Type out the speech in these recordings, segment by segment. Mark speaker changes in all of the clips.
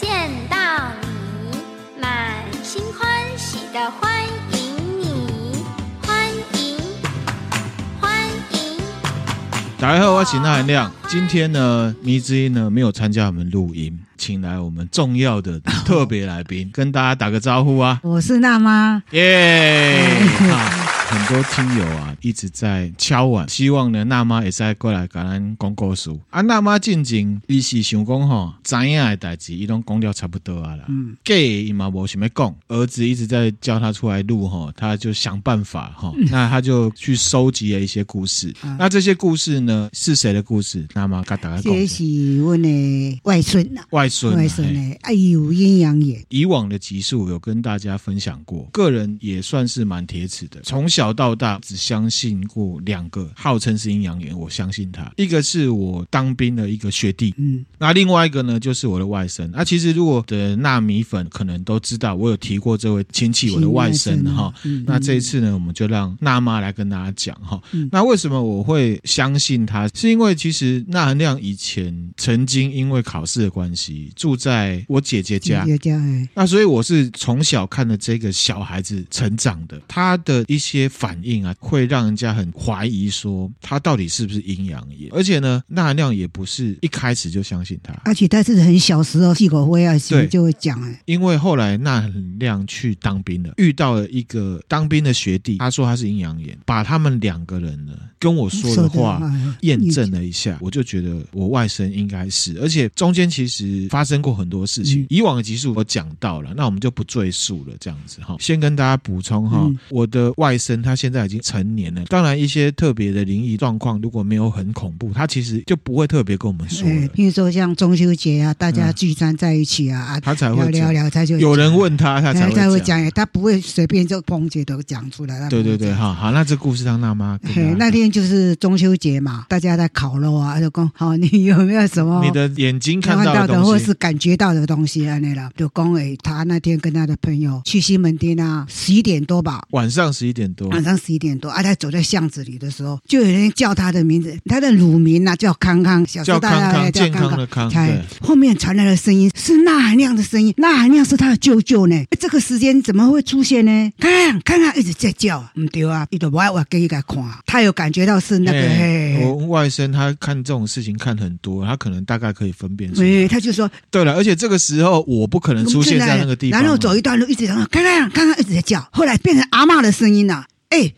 Speaker 1: 见到你，满心欢喜的欢迎你，欢迎，欢迎。
Speaker 2: 大家好，我是那含亮。今天呢，迷之音呢没有参加我们录音，请来我们重要的特别来宾，跟大家打个招呼啊！
Speaker 3: 我是娜妈，
Speaker 2: 耶、啊很多听友啊一直在敲碗，希望呢娜妈也再过来跟咱讲故事。啊，娜妈进前伊是想讲吼，知影的代志伊拢讲了差不多啊啦。
Speaker 3: 嗯，
Speaker 2: gay 嘛无想要讲，儿子一直在叫他出来录哈，他就想办法哈，那他就去收集了一些故事。
Speaker 3: 嗯
Speaker 2: 那这些故事呢，是谁的故事？那么跟大家
Speaker 3: 这
Speaker 2: 讲，
Speaker 3: 是阮的外孙啦，
Speaker 2: 外孙啊，
Speaker 3: 外孙
Speaker 2: 嘿
Speaker 3: 的，啊，伊有阴阳眼，
Speaker 2: 以往的集数有跟大家分享过，个人也算是蛮铁齿的，从小到大只相信过两个，号称是阴阳眼，我相信他。一个是我当兵的一个学弟，
Speaker 3: 嗯，
Speaker 2: 那另外一个呢，就是我的外甥。那、其实如果的纳米粉可能都知道，我有提过这位亲戚，我的外甥啊
Speaker 3: 亲
Speaker 2: 哈。
Speaker 3: 嗯
Speaker 2: 那这一次呢，我们就让娜妈来跟大家讲哈。
Speaker 3: 嗯
Speaker 2: 那为什么我会相信他？是因为其实纳恒亮以前曾经因为考试的关系住在我姐姐家，
Speaker 3: 姐家哎，
Speaker 2: 那所以我是从小看着这个小孩子成长的，他的一些反应啊，会让人家很怀疑说他到底是不是阴阳眼。而且呢，那亮也不是一开始就相信他，
Speaker 3: 而且他是很小时候，细口灰啊，
Speaker 2: 对
Speaker 3: 时就会讲哎，
Speaker 2: 因为后来那亮去当兵了，遇到了一个当兵的学弟，他说他是阴阳眼，把他们两个人呢跟我说的话。
Speaker 3: 哎
Speaker 2: 验证，了一下，我就觉得我外甥应该是，而且中间其实发生过很多事情，
Speaker 3: 嗯
Speaker 2: 以往的集数我讲到了，那我们就不赘述了，这样子哈。先跟大家补充哈，
Speaker 3: 嗯
Speaker 2: 我的外甥他现在已经成年了，当然一些特别的灵异状况如果没有很恐怖，他其实就不会特别跟我们说
Speaker 3: 哎
Speaker 2: 了，，
Speaker 3: 譬如说像中秋节啊，大家聚餐在一起啊，啊，
Speaker 2: 他才
Speaker 3: 聊
Speaker 2: 会
Speaker 3: 聊
Speaker 2: 讲。
Speaker 3: 聊，他就
Speaker 2: 有人问他，他才
Speaker 3: 哎
Speaker 2: 会
Speaker 3: 会
Speaker 2: 讲。
Speaker 3: 讲，哎他不会随便就崩解都讲出来，他不
Speaker 2: 对
Speaker 3: 会
Speaker 2: 对对，
Speaker 3: 讲
Speaker 2: 好好，那这故事让辣妈跟大
Speaker 3: 嘿
Speaker 2: 家
Speaker 3: 哎那天就是中秋节嘛，大家在烤肉啊，就讲好，你有没有什么
Speaker 2: 你的眼睛看
Speaker 3: 哦看
Speaker 2: 到
Speaker 3: 到
Speaker 2: 的
Speaker 3: 的
Speaker 2: 东
Speaker 3: 或
Speaker 2: 西
Speaker 3: 是，感觉到的东西啊，那了。就公伟他那天跟他的朋友去西门町啊，十一点多吧。
Speaker 2: 晚上十一点多，
Speaker 3: 晚上十一点多，啊，他走在巷子里的时候，就有人叫他的名字，他的乳名啊叫康康，小时
Speaker 2: 叫
Speaker 3: 候大
Speaker 2: 康
Speaker 3: 家
Speaker 2: 康
Speaker 3: 也哎叫
Speaker 2: 健
Speaker 3: 康
Speaker 2: 康
Speaker 3: 康。
Speaker 2: 的康，对
Speaker 3: 才。后面传来的声音是那含亮的声音，那含亮是他的舅舅呢。哎这个时间怎么会出现呢？看看看，一直在叫啊，唔对啊，伊都不爱我给伊个看啊，他有感觉到是那个
Speaker 2: 哎
Speaker 3: 嘿。嘿
Speaker 2: 我外甥他看这种事情看很多，他可能大概可以分辨出来。
Speaker 3: 哎，他就说
Speaker 2: 对了，而且这个时候我不可能出现在那个地方嘛，
Speaker 3: 然后走一段路，一直讲，看看看看，一直在叫，后来变成阿嬷的声音了。哎，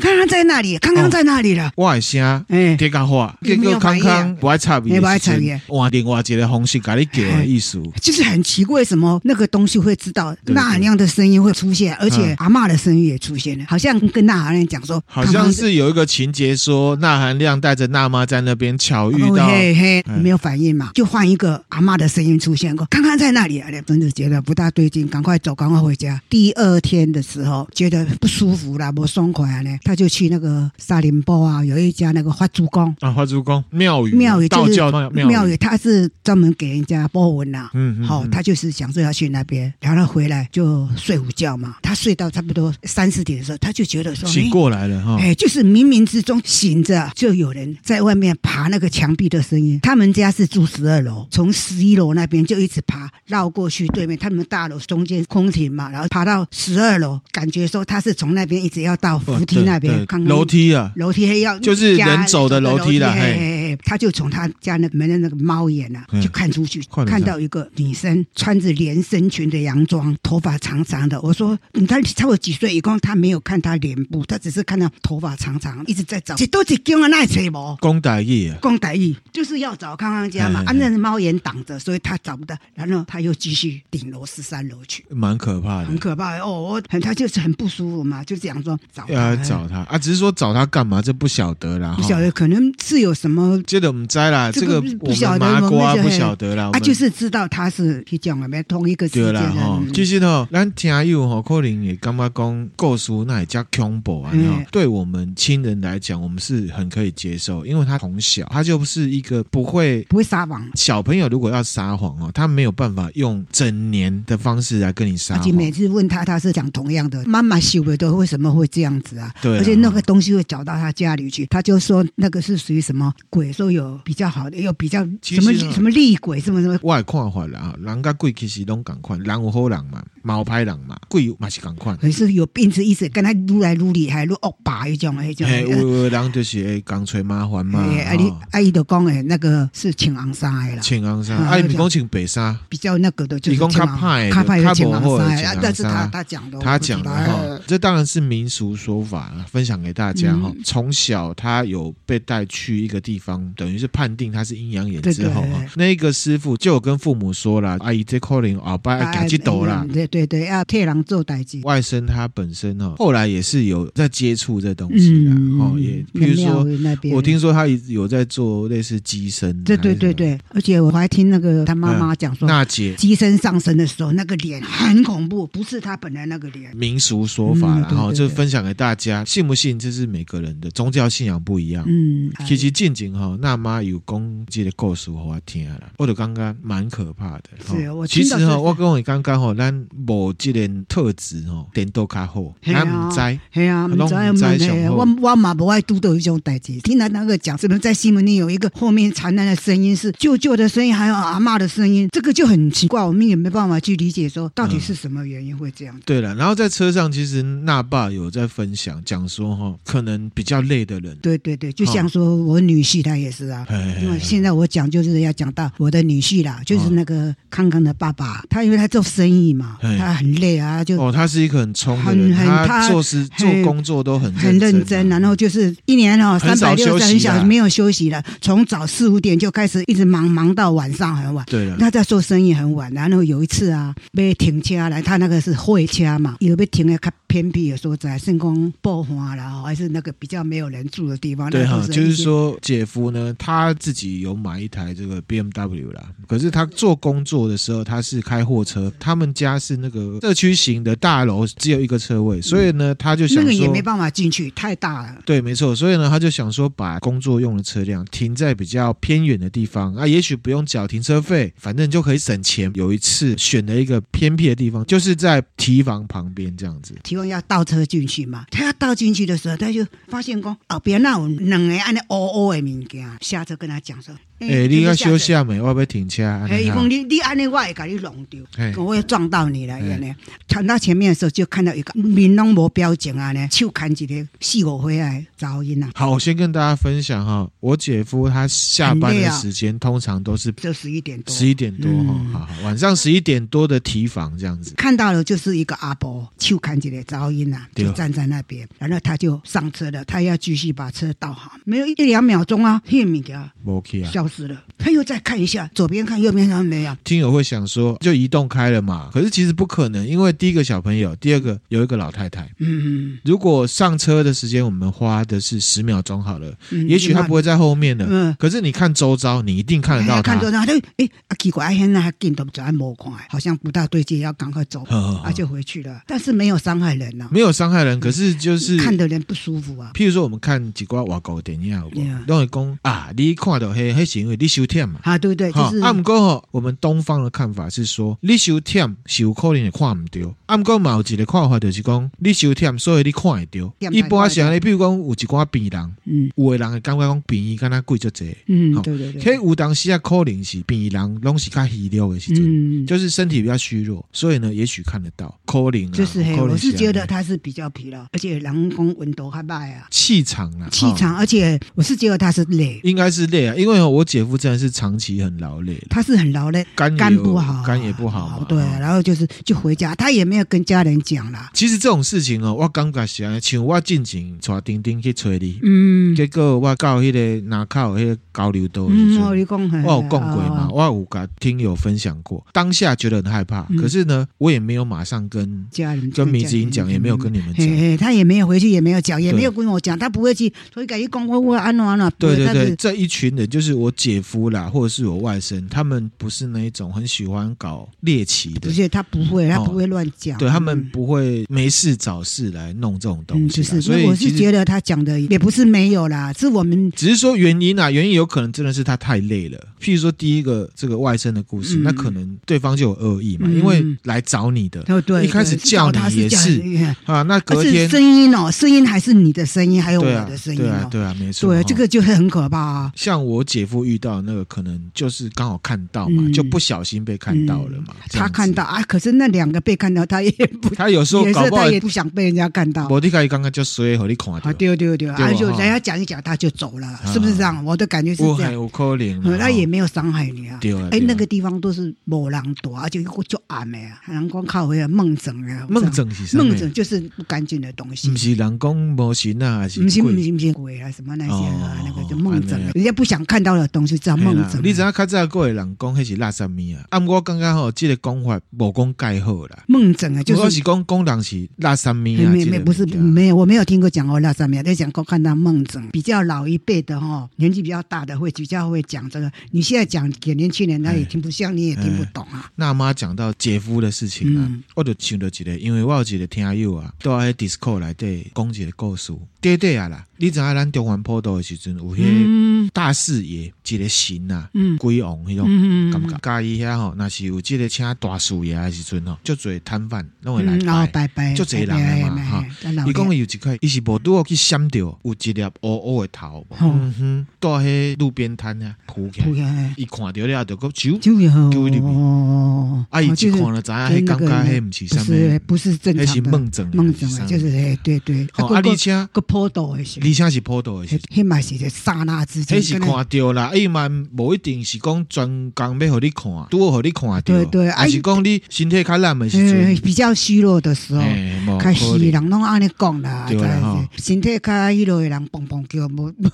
Speaker 3: 康康在那里，康康在那里了。
Speaker 2: 外声。
Speaker 3: 哎、
Speaker 2: 贴个话，
Speaker 3: 你
Speaker 2: 结
Speaker 3: 没
Speaker 2: 果
Speaker 3: 有
Speaker 2: 康
Speaker 3: 反应啊
Speaker 2: 康不爱插
Speaker 3: 哎
Speaker 2: 鼻，
Speaker 3: 不爱插鼻哎
Speaker 2: 换另外一个方式给你叫的意思。
Speaker 3: 就是很奇怪，什么那个东西会知道
Speaker 2: 对
Speaker 3: 那含量的声音会出现，而且
Speaker 2: 嗯
Speaker 3: 阿嬷的声音也出现了，好像跟那含量讲说，
Speaker 2: 好
Speaker 3: 康
Speaker 2: 像
Speaker 3: 康
Speaker 2: 是有一个情节说，那含亮带着娜妈在那边巧遇
Speaker 3: 哦
Speaker 2: 到
Speaker 3: 嘿嘿
Speaker 2: 哎，
Speaker 3: 没有反应嘛，就换一个阿嬷的声音出现过，康康在那里啊，真的觉得不大对劲，赶快走，赶快回家。第二天的时候，觉得不舒服啦，不松快啊呢，他就去那个沙林波啊，有一家那个花烛公
Speaker 2: 啊花烛公庙宇，
Speaker 3: 庙宇，就
Speaker 2: 道
Speaker 3: 是
Speaker 2: 教庙宇，
Speaker 3: 宇，他是专门给人家波纹啦、
Speaker 2: 嗯，嗯
Speaker 3: 好、
Speaker 2: 嗯
Speaker 3: 他就是想说要去那边，然后回来就睡午觉嘛。他睡到差不多三四点的时候，他就觉得说，
Speaker 2: 醒
Speaker 3: 哎
Speaker 2: 过来了哈。
Speaker 3: 哎，就是冥冥之中醒着，就有人在外面爬那个墙壁的声音。他们家是住十二楼，从十一楼那边就一直爬，绕过去对面他们大楼中间空庭嘛，然后爬到十二楼，感觉说他是从那边一直要到
Speaker 2: 哦
Speaker 3: 扶梯那
Speaker 2: 对
Speaker 3: 边，
Speaker 2: 对
Speaker 3: 看看
Speaker 2: 楼梯啊，
Speaker 3: 楼梯要
Speaker 2: 就是
Speaker 3: 加
Speaker 2: 人走的楼梯啦
Speaker 3: 嘿
Speaker 2: 嘿
Speaker 3: 嘿嘿他就从他家那门的那个猫眼啊
Speaker 2: 嗯，
Speaker 3: 就看出去
Speaker 2: 快，点
Speaker 3: 看到一个女生穿着连身裙的洋装，头发长长的。我说，你看差不多几岁？一共他没有看她脸部，他只是看到头发长长，一直在找，这都是叫啊，那谁无？
Speaker 2: 公歹义啊，
Speaker 3: 公歹义就是要找康康家嘛，
Speaker 2: 嘿嘿
Speaker 3: 啊，
Speaker 2: 嘿
Speaker 3: 那猫眼挡着，所以他找不到。然后他又继续顶楼十三楼去，
Speaker 2: 蛮可怕的
Speaker 3: 很。可怕哦。我很他就是很不舒服嘛，就这样说找
Speaker 2: 要
Speaker 3: 他
Speaker 2: 来，找他啊，只是说找他干嘛？这不晓得啦。
Speaker 3: 不
Speaker 2: 哈
Speaker 3: 晓得可能是有什么
Speaker 2: 这个我们摘啦，这
Speaker 3: 这
Speaker 2: 个
Speaker 3: 个
Speaker 2: 我
Speaker 3: 不晓
Speaker 2: 们麻
Speaker 3: 得
Speaker 2: 瓜
Speaker 3: 我们
Speaker 2: 不
Speaker 3: 这
Speaker 2: 晓得啦。我
Speaker 3: 啊，
Speaker 2: 们
Speaker 3: 就是知道他是去讲了没同一个世界
Speaker 2: 对啦哦
Speaker 3: 的
Speaker 2: 吼，
Speaker 3: 嗯
Speaker 2: 其实吼，咱听友吼，可能也感觉讲故事那也叫恐怖啊。
Speaker 3: 嗯
Speaker 2: 吼对我们亲人来讲，我们是很可以接受，因为他从小他就不是一个不会。
Speaker 3: 不会撒谎，
Speaker 2: 小朋友如果要撒谎哦，他没有办法用整年的方式来跟你撒
Speaker 3: 而
Speaker 2: 谎
Speaker 3: 且。每次问他，他是讲同样的。妈妈修的都为什么会这样子啊？
Speaker 2: 对啊
Speaker 3: 而且那个东西会找到他家里去，他就说那个是属于什么鬼鬼说有比较好的，有比较
Speaker 2: 其
Speaker 3: 什
Speaker 2: 实
Speaker 3: 么
Speaker 2: 啊
Speaker 3: 什么厉鬼，什么什么。
Speaker 2: 我的看法啦，人甲鬼其实拢共款，人有好人嘛，嘛有歹人嘛，鬼嘛是共款。
Speaker 3: 可是有病子一直跟他愈来愈厉害，愈恶霸迄种迄种。
Speaker 2: 嘿，哦有有人就是会共找麻烦嘛，
Speaker 3: 哎，啊你
Speaker 2: 吼
Speaker 3: 啊伊就讲诶，那个是请红衫的啦，
Speaker 2: 穿红衫，
Speaker 3: 啊
Speaker 2: 啊，伊毋是讲穿白衫，
Speaker 3: 比较那个的就是
Speaker 2: 你讲
Speaker 3: 请
Speaker 2: 较派的
Speaker 3: 卡派
Speaker 2: 较
Speaker 3: 的请
Speaker 2: 不好
Speaker 3: 红
Speaker 2: 的
Speaker 3: 衫
Speaker 2: 请
Speaker 3: 的，啊
Speaker 2: 红
Speaker 3: 但是他
Speaker 2: 衫
Speaker 3: 他讲的，
Speaker 2: 他讲的哦
Speaker 3: 的
Speaker 2: 哈，，这当然是民俗说法，分享给大家哈
Speaker 3: 嗯。
Speaker 2: 从小他有被带去一个地方，等于是判定他是阴阳眼
Speaker 3: 对
Speaker 2: 之后
Speaker 3: 对
Speaker 2: 啊，那个师傅就有跟父母说了，阿姨这可能后摆要行这道啦
Speaker 3: 啊。对对对，要替人做代志。
Speaker 2: 外甥他本身哦，后来也是有在接触这东西的哦，也譬如说，
Speaker 3: 嗯那边
Speaker 2: 我听说哎他有在做类似机身，啊
Speaker 3: 对对对，对，而且我还听那个他妈
Speaker 2: 嗯
Speaker 3: 妈讲说，
Speaker 2: 娜姐
Speaker 3: 机身上身的时候那个脸很恐怖，不是他本来那个脸。
Speaker 2: 民俗说法
Speaker 3: 嗯
Speaker 2: 啦，
Speaker 3: 对
Speaker 2: 然后
Speaker 3: 对
Speaker 2: 就
Speaker 3: 对
Speaker 2: 分享给大家，信不信这是每个人的宗教信仰不一样。
Speaker 3: 嗯，
Speaker 2: 其实近景哈，娜妈有讲这个故事给我听了，我就刚刚蛮可怕的。吼
Speaker 3: 是啊我
Speaker 2: 其
Speaker 3: 听
Speaker 2: 实
Speaker 3: 到
Speaker 2: 哈，
Speaker 3: 这
Speaker 2: 我跟你刚刚哈，咱无这个特质哦，点都较好，
Speaker 3: 嘿
Speaker 2: 咱
Speaker 3: 啊
Speaker 2: 唔知。
Speaker 3: 系啊，唔
Speaker 2: 拢
Speaker 3: 知
Speaker 2: 唔知
Speaker 3: 问题
Speaker 2: 上
Speaker 3: 啊，
Speaker 2: 好
Speaker 3: 我我嘛无爱拄到一种代志。听他那个讲，什么在新闻里有一个后面传来的声音是舅舅的声音，还有阿嬷的声音，这个就很奇怪，我们也没办法去理解说到
Speaker 2: 嗯
Speaker 3: 底是什么原因会这样。
Speaker 2: 对了，然后在车上，其实娜爸有在分享讲说哈，可能比较累的人，
Speaker 3: 对对对，就像说我女婿他也是啊，
Speaker 2: 嘿嘿嘿
Speaker 3: 因为现在我讲就是要讲到我的女婿
Speaker 2: 嗯
Speaker 3: 啦，就是那个康康的爸爸，他因为他做生意嘛，
Speaker 2: 嘿
Speaker 3: 他很累啊，就
Speaker 2: 哦，他是一个很冲的人，
Speaker 3: 很很
Speaker 2: 他
Speaker 3: 他
Speaker 2: 做事做
Speaker 3: 很
Speaker 2: 工作都很
Speaker 3: 很认真，
Speaker 2: 真啊，
Speaker 3: 然后就是一年哦，
Speaker 2: 很
Speaker 3: 三
Speaker 2: 少
Speaker 3: 百
Speaker 2: 休
Speaker 3: 六
Speaker 2: 息啊
Speaker 3: 十
Speaker 2: 啦
Speaker 3: 很小没有休息了，从早四五点就开始一直忙忙到晚上很晚。
Speaker 2: 对了，
Speaker 3: 他在做生意很晚，然后有一次啊，被停车来，他那个是货车嘛，有被停在较偏僻的所在，甚讲爆花啦，哦还是那个比较没有人住的地方。
Speaker 2: 对
Speaker 3: 啊那
Speaker 2: 哈，
Speaker 3: 都
Speaker 2: 就是
Speaker 3: 一些
Speaker 2: 说姐夫呢，他自己有买一台这个 BMW 啦，可是他做工作的时候他是开货车，他们家是那个社区型的大楼，只有一个车位，所以呢，他就想
Speaker 3: 嗯那个也
Speaker 2: 说
Speaker 3: 没。办法进去，太大了。
Speaker 2: 对，没错，所以呢，他就想说把工作用的车辆停在比较偏远的地方啊，也许不用缴停车费，反正就可以省钱。有一次选了一个偏僻的地方，就是在提防旁边这样子。
Speaker 3: 提供要倒车进去嘛，他要倒进去的时候，他就发现讲后边那有两个安尼乌乌的物件，下车跟他讲说，
Speaker 2: 哎、你要休
Speaker 3: 休
Speaker 2: 息
Speaker 3: 息。
Speaker 2: 下没？我要不要停车？安尼
Speaker 3: 哎，伊
Speaker 2: 啊哈
Speaker 3: 讲你你安尼，我会甲你弄掉
Speaker 2: 嘿，
Speaker 3: 我会撞到你了，
Speaker 2: 嘿
Speaker 3: 安尼。抢到前面的时候，就看到一个面拢无表情啊，呢手牵一个四五岁的啊查某囡仔，
Speaker 2: 好，我先跟大家分享哈，我姐夫他下班的时间通常都是
Speaker 3: 就十一点多。
Speaker 2: 十一点多哈、
Speaker 3: 啊嗯
Speaker 2: 好好晚上十一点多的提防这样子。
Speaker 3: 看到了就是一个阿伯，手看起来噪音啊，
Speaker 2: 对
Speaker 3: 就站在那边，然后他就上车了，他要继续把车倒好，没有一两秒钟啊，嘿米啊，
Speaker 2: o k 啊，
Speaker 3: 消失了。他又再看一下，左边看右边看没有，啊
Speaker 2: 听友会想说就移动开了嘛，可是其实不可能，因为第一个小朋友，第二个有一个老太太。
Speaker 3: 嗯，
Speaker 2: 如果上车的时间我们花的是十秒钟好了，
Speaker 3: 嗯
Speaker 2: 也许他不会在后面了。
Speaker 3: 嗯
Speaker 2: 可是你看周遭，你一定看得到他。
Speaker 3: 看到他就哎、啊奇怪，现在还镜头转没看，好像不大对劲，要赶快走，
Speaker 2: 呵呵呵
Speaker 3: 啊就回去了，但是没有伤害人呐、
Speaker 2: 没有伤害人，可是就是
Speaker 3: 看的人不舒服啊。
Speaker 2: 譬如说，我们看几挂外国的电影有无
Speaker 3: Yeah，
Speaker 2: 拢会讲啊，你看到迄迄是因为你收忝嘛。
Speaker 3: 啊，对对，就
Speaker 2: 哈
Speaker 3: 是、
Speaker 2: 啊，毋过吼，我们东方的看法是说，你收忝是有可能会看毋到。啊，毋过嘛有一个看法就是讲，你收忝，所以你看会到。
Speaker 3: 忝
Speaker 2: 一般是安尼，比如讲有一寡病人，
Speaker 3: 嗯
Speaker 2: 有的人会感觉讲病医敢若贵足济，
Speaker 3: 嗯
Speaker 2: 好，
Speaker 3: 对对
Speaker 2: 迄
Speaker 3: 对，
Speaker 2: 有当时啊哦可能是病人拢是较虚弱的时阵，
Speaker 3: 嗯，
Speaker 2: 就是身体比较虚弱，所以呢，也许看得到可能啊，
Speaker 3: 就是
Speaker 2: 可
Speaker 3: 嘿，
Speaker 2: 能
Speaker 3: 我是
Speaker 2: 安尼
Speaker 3: 觉得他是比较疲劳，而且人工温度还歹啊，
Speaker 2: 气场啦，
Speaker 3: 气
Speaker 2: 哈
Speaker 3: 场，而且我是觉得他是累，
Speaker 2: 应该是累啊，因为我姐夫真的是长期很劳累了，
Speaker 3: 他是很劳累，
Speaker 2: 肝也
Speaker 3: 肝
Speaker 2: 嗯有
Speaker 3: 不好，啊
Speaker 2: 肝也不好嘛。
Speaker 3: 对，啊
Speaker 2: 哦
Speaker 3: 然后就是就回家，他也没有跟家人讲啦。
Speaker 2: 其实这种事情哦，我感觉是安尼，像我进前带丁丁去找你，
Speaker 3: 嗯，
Speaker 2: 结果我到迄个南口迄个交流道的时
Speaker 3: 嗯，我
Speaker 2: 阵，
Speaker 3: 你讲很，
Speaker 2: 我有讲过嘛，
Speaker 3: 哦？
Speaker 2: 我有甲听友分享过，当下觉得很害怕，
Speaker 3: 嗯
Speaker 2: 可是呢，我也没有马上跟
Speaker 3: 家人
Speaker 2: 跟米子英讲，也没有跟
Speaker 3: 你
Speaker 2: 你们
Speaker 3: 嘿
Speaker 2: 讲。
Speaker 3: 嘿，他也没有回去，也没有讲，也
Speaker 2: 对
Speaker 3: 没有跟我讲，他不会去，所以感觉讲我我安怎安怎，
Speaker 2: 对对
Speaker 3: 但
Speaker 2: 对，
Speaker 3: 是
Speaker 2: 这一群人就是我姐夫啦，或者是我外甥，他们不是那一种很喜欢搞猎奇的
Speaker 3: 不，是他不会，他
Speaker 2: 哦
Speaker 3: 不会乱讲，
Speaker 2: 对他们
Speaker 3: 嗯。
Speaker 2: 不会没事找事来弄这种东
Speaker 3: 嗯，
Speaker 2: 西啦、
Speaker 3: 就是，
Speaker 2: 所
Speaker 3: 那
Speaker 2: 以
Speaker 3: 我
Speaker 2: 其
Speaker 3: 是
Speaker 2: 实嗯
Speaker 3: 觉得他讲的也不是没有啦，是我们
Speaker 2: 只是说原因啊，原因有可能真的是他太累了，譬如说第一个这个外甥的故事，
Speaker 3: 嗯
Speaker 2: 那可能对方就有恶意嘛，
Speaker 3: 嗯
Speaker 2: 因为来找你的，
Speaker 3: 哦对，
Speaker 2: 一开始
Speaker 3: 对
Speaker 2: 叫
Speaker 3: 找他
Speaker 2: 你也
Speaker 3: 叫
Speaker 2: 是
Speaker 3: 你
Speaker 2: 啊，那
Speaker 3: 而
Speaker 2: 隔
Speaker 3: 且
Speaker 2: 天
Speaker 3: 声音哦，声音还是你的声音，还有我
Speaker 2: 对啊
Speaker 3: 的声，音
Speaker 2: 对啊
Speaker 3: 哦，，
Speaker 2: 对啊，没错，
Speaker 3: 对，
Speaker 2: 哈
Speaker 3: 这个就是很可怕啊。
Speaker 2: 像我姐夫遇到那个，可能就是刚好看到嘛，
Speaker 3: 嗯
Speaker 2: 就不小心被看到了嘛。这样
Speaker 3: 他
Speaker 2: 子
Speaker 3: 看到，啊，可是那两个被看到，他也不，
Speaker 2: 他有时候
Speaker 3: 也
Speaker 2: 搞
Speaker 3: 是
Speaker 2: 不
Speaker 3: 他
Speaker 2: 好，
Speaker 3: 也不想被人家看到。
Speaker 2: 我你看伊刚刚就衰和你看到
Speaker 3: 啊，，对对对，
Speaker 2: 对
Speaker 3: 啊
Speaker 2: 吧
Speaker 3: 就
Speaker 2: 哈啊
Speaker 3: 人家讲一讲，他就走了，是不是这样？我的感觉是
Speaker 2: 我还
Speaker 3: 这样，
Speaker 2: 有可怜哦
Speaker 3: 嗯
Speaker 2: 啦，
Speaker 3: 他也没有伤害你啊
Speaker 2: 对啊。
Speaker 3: 哎
Speaker 2: 对啊，
Speaker 3: 那个地方都是无人多，而且又就暗的啊，人光靠回梦枕啊，
Speaker 2: 吼梦，症是啥？
Speaker 3: 梦枕，就是不干净的东西
Speaker 2: 不。是人讲魔神啊，还是
Speaker 3: 不是不
Speaker 2: 鬼
Speaker 3: 是不是鬼啊，什么那些啊
Speaker 2: 哦，
Speaker 3: 那个就梦
Speaker 2: 安
Speaker 3: 枕
Speaker 2: 尼啊，
Speaker 3: 人家不想看到的东西叫梦啊
Speaker 2: 嘿啦
Speaker 3: 枕。
Speaker 2: 你知影较早过的人讲迄是垃圾物啊？啊，毋过我感觉吼，即个讲法无讲介好啦。
Speaker 3: 梦枕啊，就
Speaker 2: 我
Speaker 3: 是
Speaker 2: 是讲讲人是垃圾
Speaker 3: 没
Speaker 2: 物啊，
Speaker 3: 没
Speaker 2: 这
Speaker 3: 没，
Speaker 2: 个
Speaker 3: 不是
Speaker 2: 物件
Speaker 3: 没有，我没有听过讲欧拉上面在讲过看到梦枕，比较老一辈的哈，年纪比较大的会比较会讲这个。你现在讲给年轻人，他也听不像，你也听不懂啊。
Speaker 2: 那妈讲到姐夫的事情啊，
Speaker 3: 嗯
Speaker 2: 我就想到一个，因为我有一个听友啊，到迄 Discord 内底讲一个故事，短短啊啦。你知影咱中原普渡的时阵，有迄
Speaker 3: 嗯
Speaker 2: 大视野一个神啊，
Speaker 3: 嗯
Speaker 2: 鬼王迄种。
Speaker 3: 嗯
Speaker 2: 感觉介意遐吼，若是有即个请大树爷的时阵吼，足侪摊贩拢会来
Speaker 3: 嗯，哦，
Speaker 2: 拜。
Speaker 3: 拜拜，
Speaker 2: 就这人了嘛哈伊讲
Speaker 3: 讲
Speaker 2: 伊有一块，伊是无拄好去闪着，有一粒乌乌的头，
Speaker 3: 吼
Speaker 2: 嗯哼，到迄路边摊遐扑起来，伊看着了就讲，啾，
Speaker 3: 就有
Speaker 2: 丢里面
Speaker 3: 哦，
Speaker 2: 啊伊一
Speaker 3: 就是
Speaker 2: 看了知影，迄感觉迄毋是
Speaker 3: 不
Speaker 2: 啥物
Speaker 3: 是。不是正
Speaker 2: 那是
Speaker 3: 常的
Speaker 2: 梦枕，
Speaker 3: 梦枕啊，就是哎，对对，
Speaker 2: 好
Speaker 3: 个
Speaker 2: 啊，而且
Speaker 3: 个坡道的是，
Speaker 2: 而且是普渡的时
Speaker 3: 黑黑马是在刹那之
Speaker 2: 阵，迄是
Speaker 3: 间，
Speaker 2: 看到啦，伊嘛无一定是讲专工要互你看，拄好互你看到，
Speaker 3: 对对啊
Speaker 2: 还是讲你身体较烂的时
Speaker 3: 嗯，
Speaker 2: 阵，
Speaker 3: 比较虚弱的时候，
Speaker 2: 哎，无
Speaker 3: 开
Speaker 2: 可
Speaker 3: 始
Speaker 2: 能
Speaker 3: 人拢安尼讲啦，
Speaker 2: 对啦吼
Speaker 3: 身体较迄落的人蹦蹦叫，无那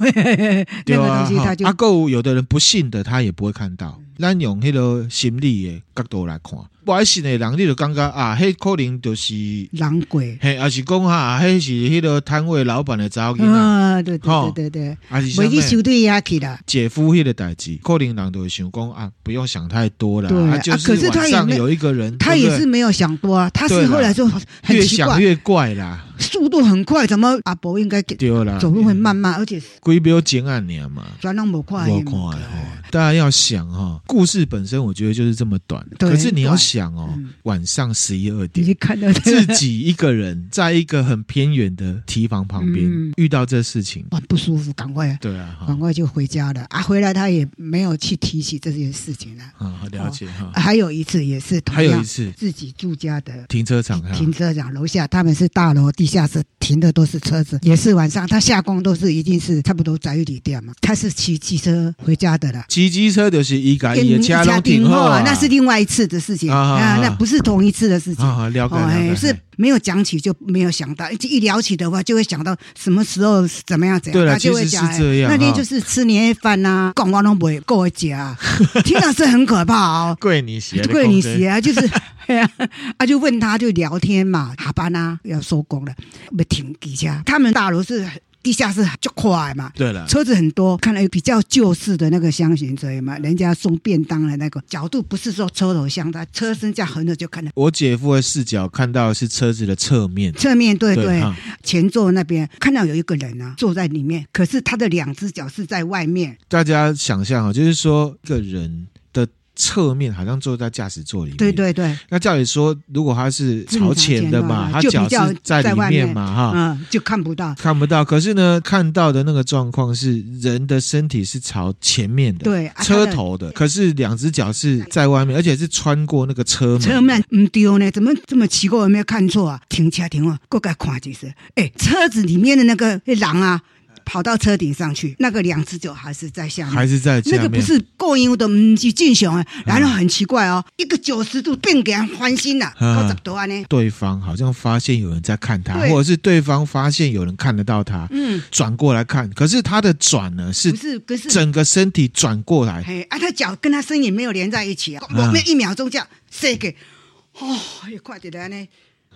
Speaker 2: 对
Speaker 3: 个东
Speaker 2: 啊
Speaker 3: 西他
Speaker 2: 哈
Speaker 3: 就嗯
Speaker 2: 啊，够有的人不信的，他也不会看到。咱用迄个心理的角度来看，不爱信的人，你就感觉啊，迄可能就是，
Speaker 3: 人鬼。
Speaker 2: 嘿，还是讲哈，迄是迄个摊位老板的查某囡仔，
Speaker 3: 啊，对对
Speaker 2: 吼
Speaker 3: 对对对，
Speaker 2: 还是
Speaker 3: 袂去
Speaker 2: 啥物
Speaker 3: 收对遐去啦。
Speaker 2: 姐夫迄个代志，可能人就会想讲啊，不用想太多了，
Speaker 3: 对
Speaker 2: 啊，
Speaker 3: 啊
Speaker 2: 就
Speaker 3: 可是他
Speaker 2: 晚
Speaker 3: 也
Speaker 2: 上
Speaker 3: 没
Speaker 2: 有一个人，
Speaker 3: 他
Speaker 2: 对不
Speaker 3: 也
Speaker 2: 对
Speaker 3: 是没有想多啊，他是
Speaker 2: 对啦
Speaker 3: 后来就很很
Speaker 2: 越
Speaker 3: 奇
Speaker 2: 想
Speaker 3: 怪，
Speaker 2: 越怪啦，
Speaker 3: 速度很快，怎么阿伯应该
Speaker 2: 对啊啦，
Speaker 3: 走路很慢慢，而且
Speaker 2: 几秒钟啊，你嘛，
Speaker 3: 转那么快，
Speaker 2: 我看啊吼，大家要想哈，故事本身我觉得就是这么短，
Speaker 3: 对
Speaker 2: 可是你要
Speaker 3: 短
Speaker 2: 想哦
Speaker 3: 嗯，
Speaker 2: 晚上十一二
Speaker 3: 你
Speaker 2: 点
Speaker 3: 去。看到这
Speaker 2: 自
Speaker 3: 个
Speaker 2: 己一个人在一个很偏远的堤防旁边、
Speaker 3: 嗯
Speaker 2: 遇到这事情，
Speaker 3: 很 不舒服，赶快
Speaker 2: 对啊，哈
Speaker 3: 赶快就回家了啊！回来他也没有去提起这件事情了。
Speaker 2: 啊，好了
Speaker 3: 哦
Speaker 2: 解哈。
Speaker 3: 还有一次也是同
Speaker 2: 还有
Speaker 3: 样
Speaker 2: 一次
Speaker 3: 自己住家的
Speaker 2: 停车场哈，
Speaker 3: 停车场楼下，他们是大楼地下室停的都是车子，也是晚上他下工都是一定是差不多在一里店嘛，他是骑汽车回家的啦。嗯
Speaker 2: 骑机车就是一啊家一的车拢停好啊
Speaker 3: 啊，，那是另外一次的事情
Speaker 2: 啊啊
Speaker 3: 啊
Speaker 2: 啊，
Speaker 3: 那不是同一次的事情。
Speaker 2: 啊，了解
Speaker 3: 哦，哎
Speaker 2: 了解，
Speaker 3: 是没有讲起就没有想到，一一聊起的话就会想到什么时候怎么样怎样，
Speaker 2: 对了
Speaker 3: 他就会讲
Speaker 2: 其实是这样啊
Speaker 3: 哎那天
Speaker 2: 哈
Speaker 3: 就是吃年夜饭呐，逛逛都不会够家， 听到是很可怕哦。
Speaker 2: 贵你鞋，
Speaker 3: 对你写 啊，就是，哎呀，啊就问他就聊天嘛，下班啊要收工了，没停几下。他们大楼是地下室就快嘛。
Speaker 2: 对了，
Speaker 3: 车子很多，看来比较旧式的那个箱型车有没有？人家送便当的那个角度不是说车头向它，车身这样横着就看到
Speaker 2: 我姐夫的视角看到的是车子的侧面，
Speaker 3: 侧面对对，
Speaker 2: 哈
Speaker 3: 前座那边看到有一个人啊坐在里面，可是他的两只脚是在外面，
Speaker 2: 大家想象啊，就是说一个人的侧面好像坐在驾驶座里面，
Speaker 3: 对。对对，
Speaker 2: 那照理说，如果他是朝前的嘛，
Speaker 3: 嗯
Speaker 2: 他
Speaker 3: 就
Speaker 2: 脚
Speaker 3: 比较
Speaker 2: 是在里
Speaker 3: 外
Speaker 2: 面嘛，哈，
Speaker 3: 嗯，就看不到。
Speaker 2: 看不到。可是呢，看到的那个状况是人的身体是朝前面的，
Speaker 3: 对啊
Speaker 2: 车头的，可是两只脚是在外面，而且是穿过那个车门。
Speaker 3: 车门唔丢呢？怎么这么奇怪？有没有看错啊？停车停啊，过来看一次。哎，车子里面的那个狼啊，跑到车顶上去，那个两只脚还是在下
Speaker 2: 嗯
Speaker 3: 面。
Speaker 2: 还是在下
Speaker 3: 那
Speaker 2: 面。嗯
Speaker 3: 个不是过因的，唔是正常啊。然后很奇怪哦，一个九十度变给人啊翻新了，
Speaker 2: 嗯
Speaker 3: 高十多安呢。
Speaker 2: 对方好像发现有人在看他，
Speaker 3: 对
Speaker 2: 或者是对方发现有人看得到他，
Speaker 3: 嗯，
Speaker 2: 转过来看。可是他的转呢是
Speaker 3: 不是，可是
Speaker 2: 整个身体转过来，
Speaker 3: 嘿，啊，他脚跟他身影没有连在一起啊，我
Speaker 2: 嗯
Speaker 3: 们一秒钟这样射给，哦，也快点来呢，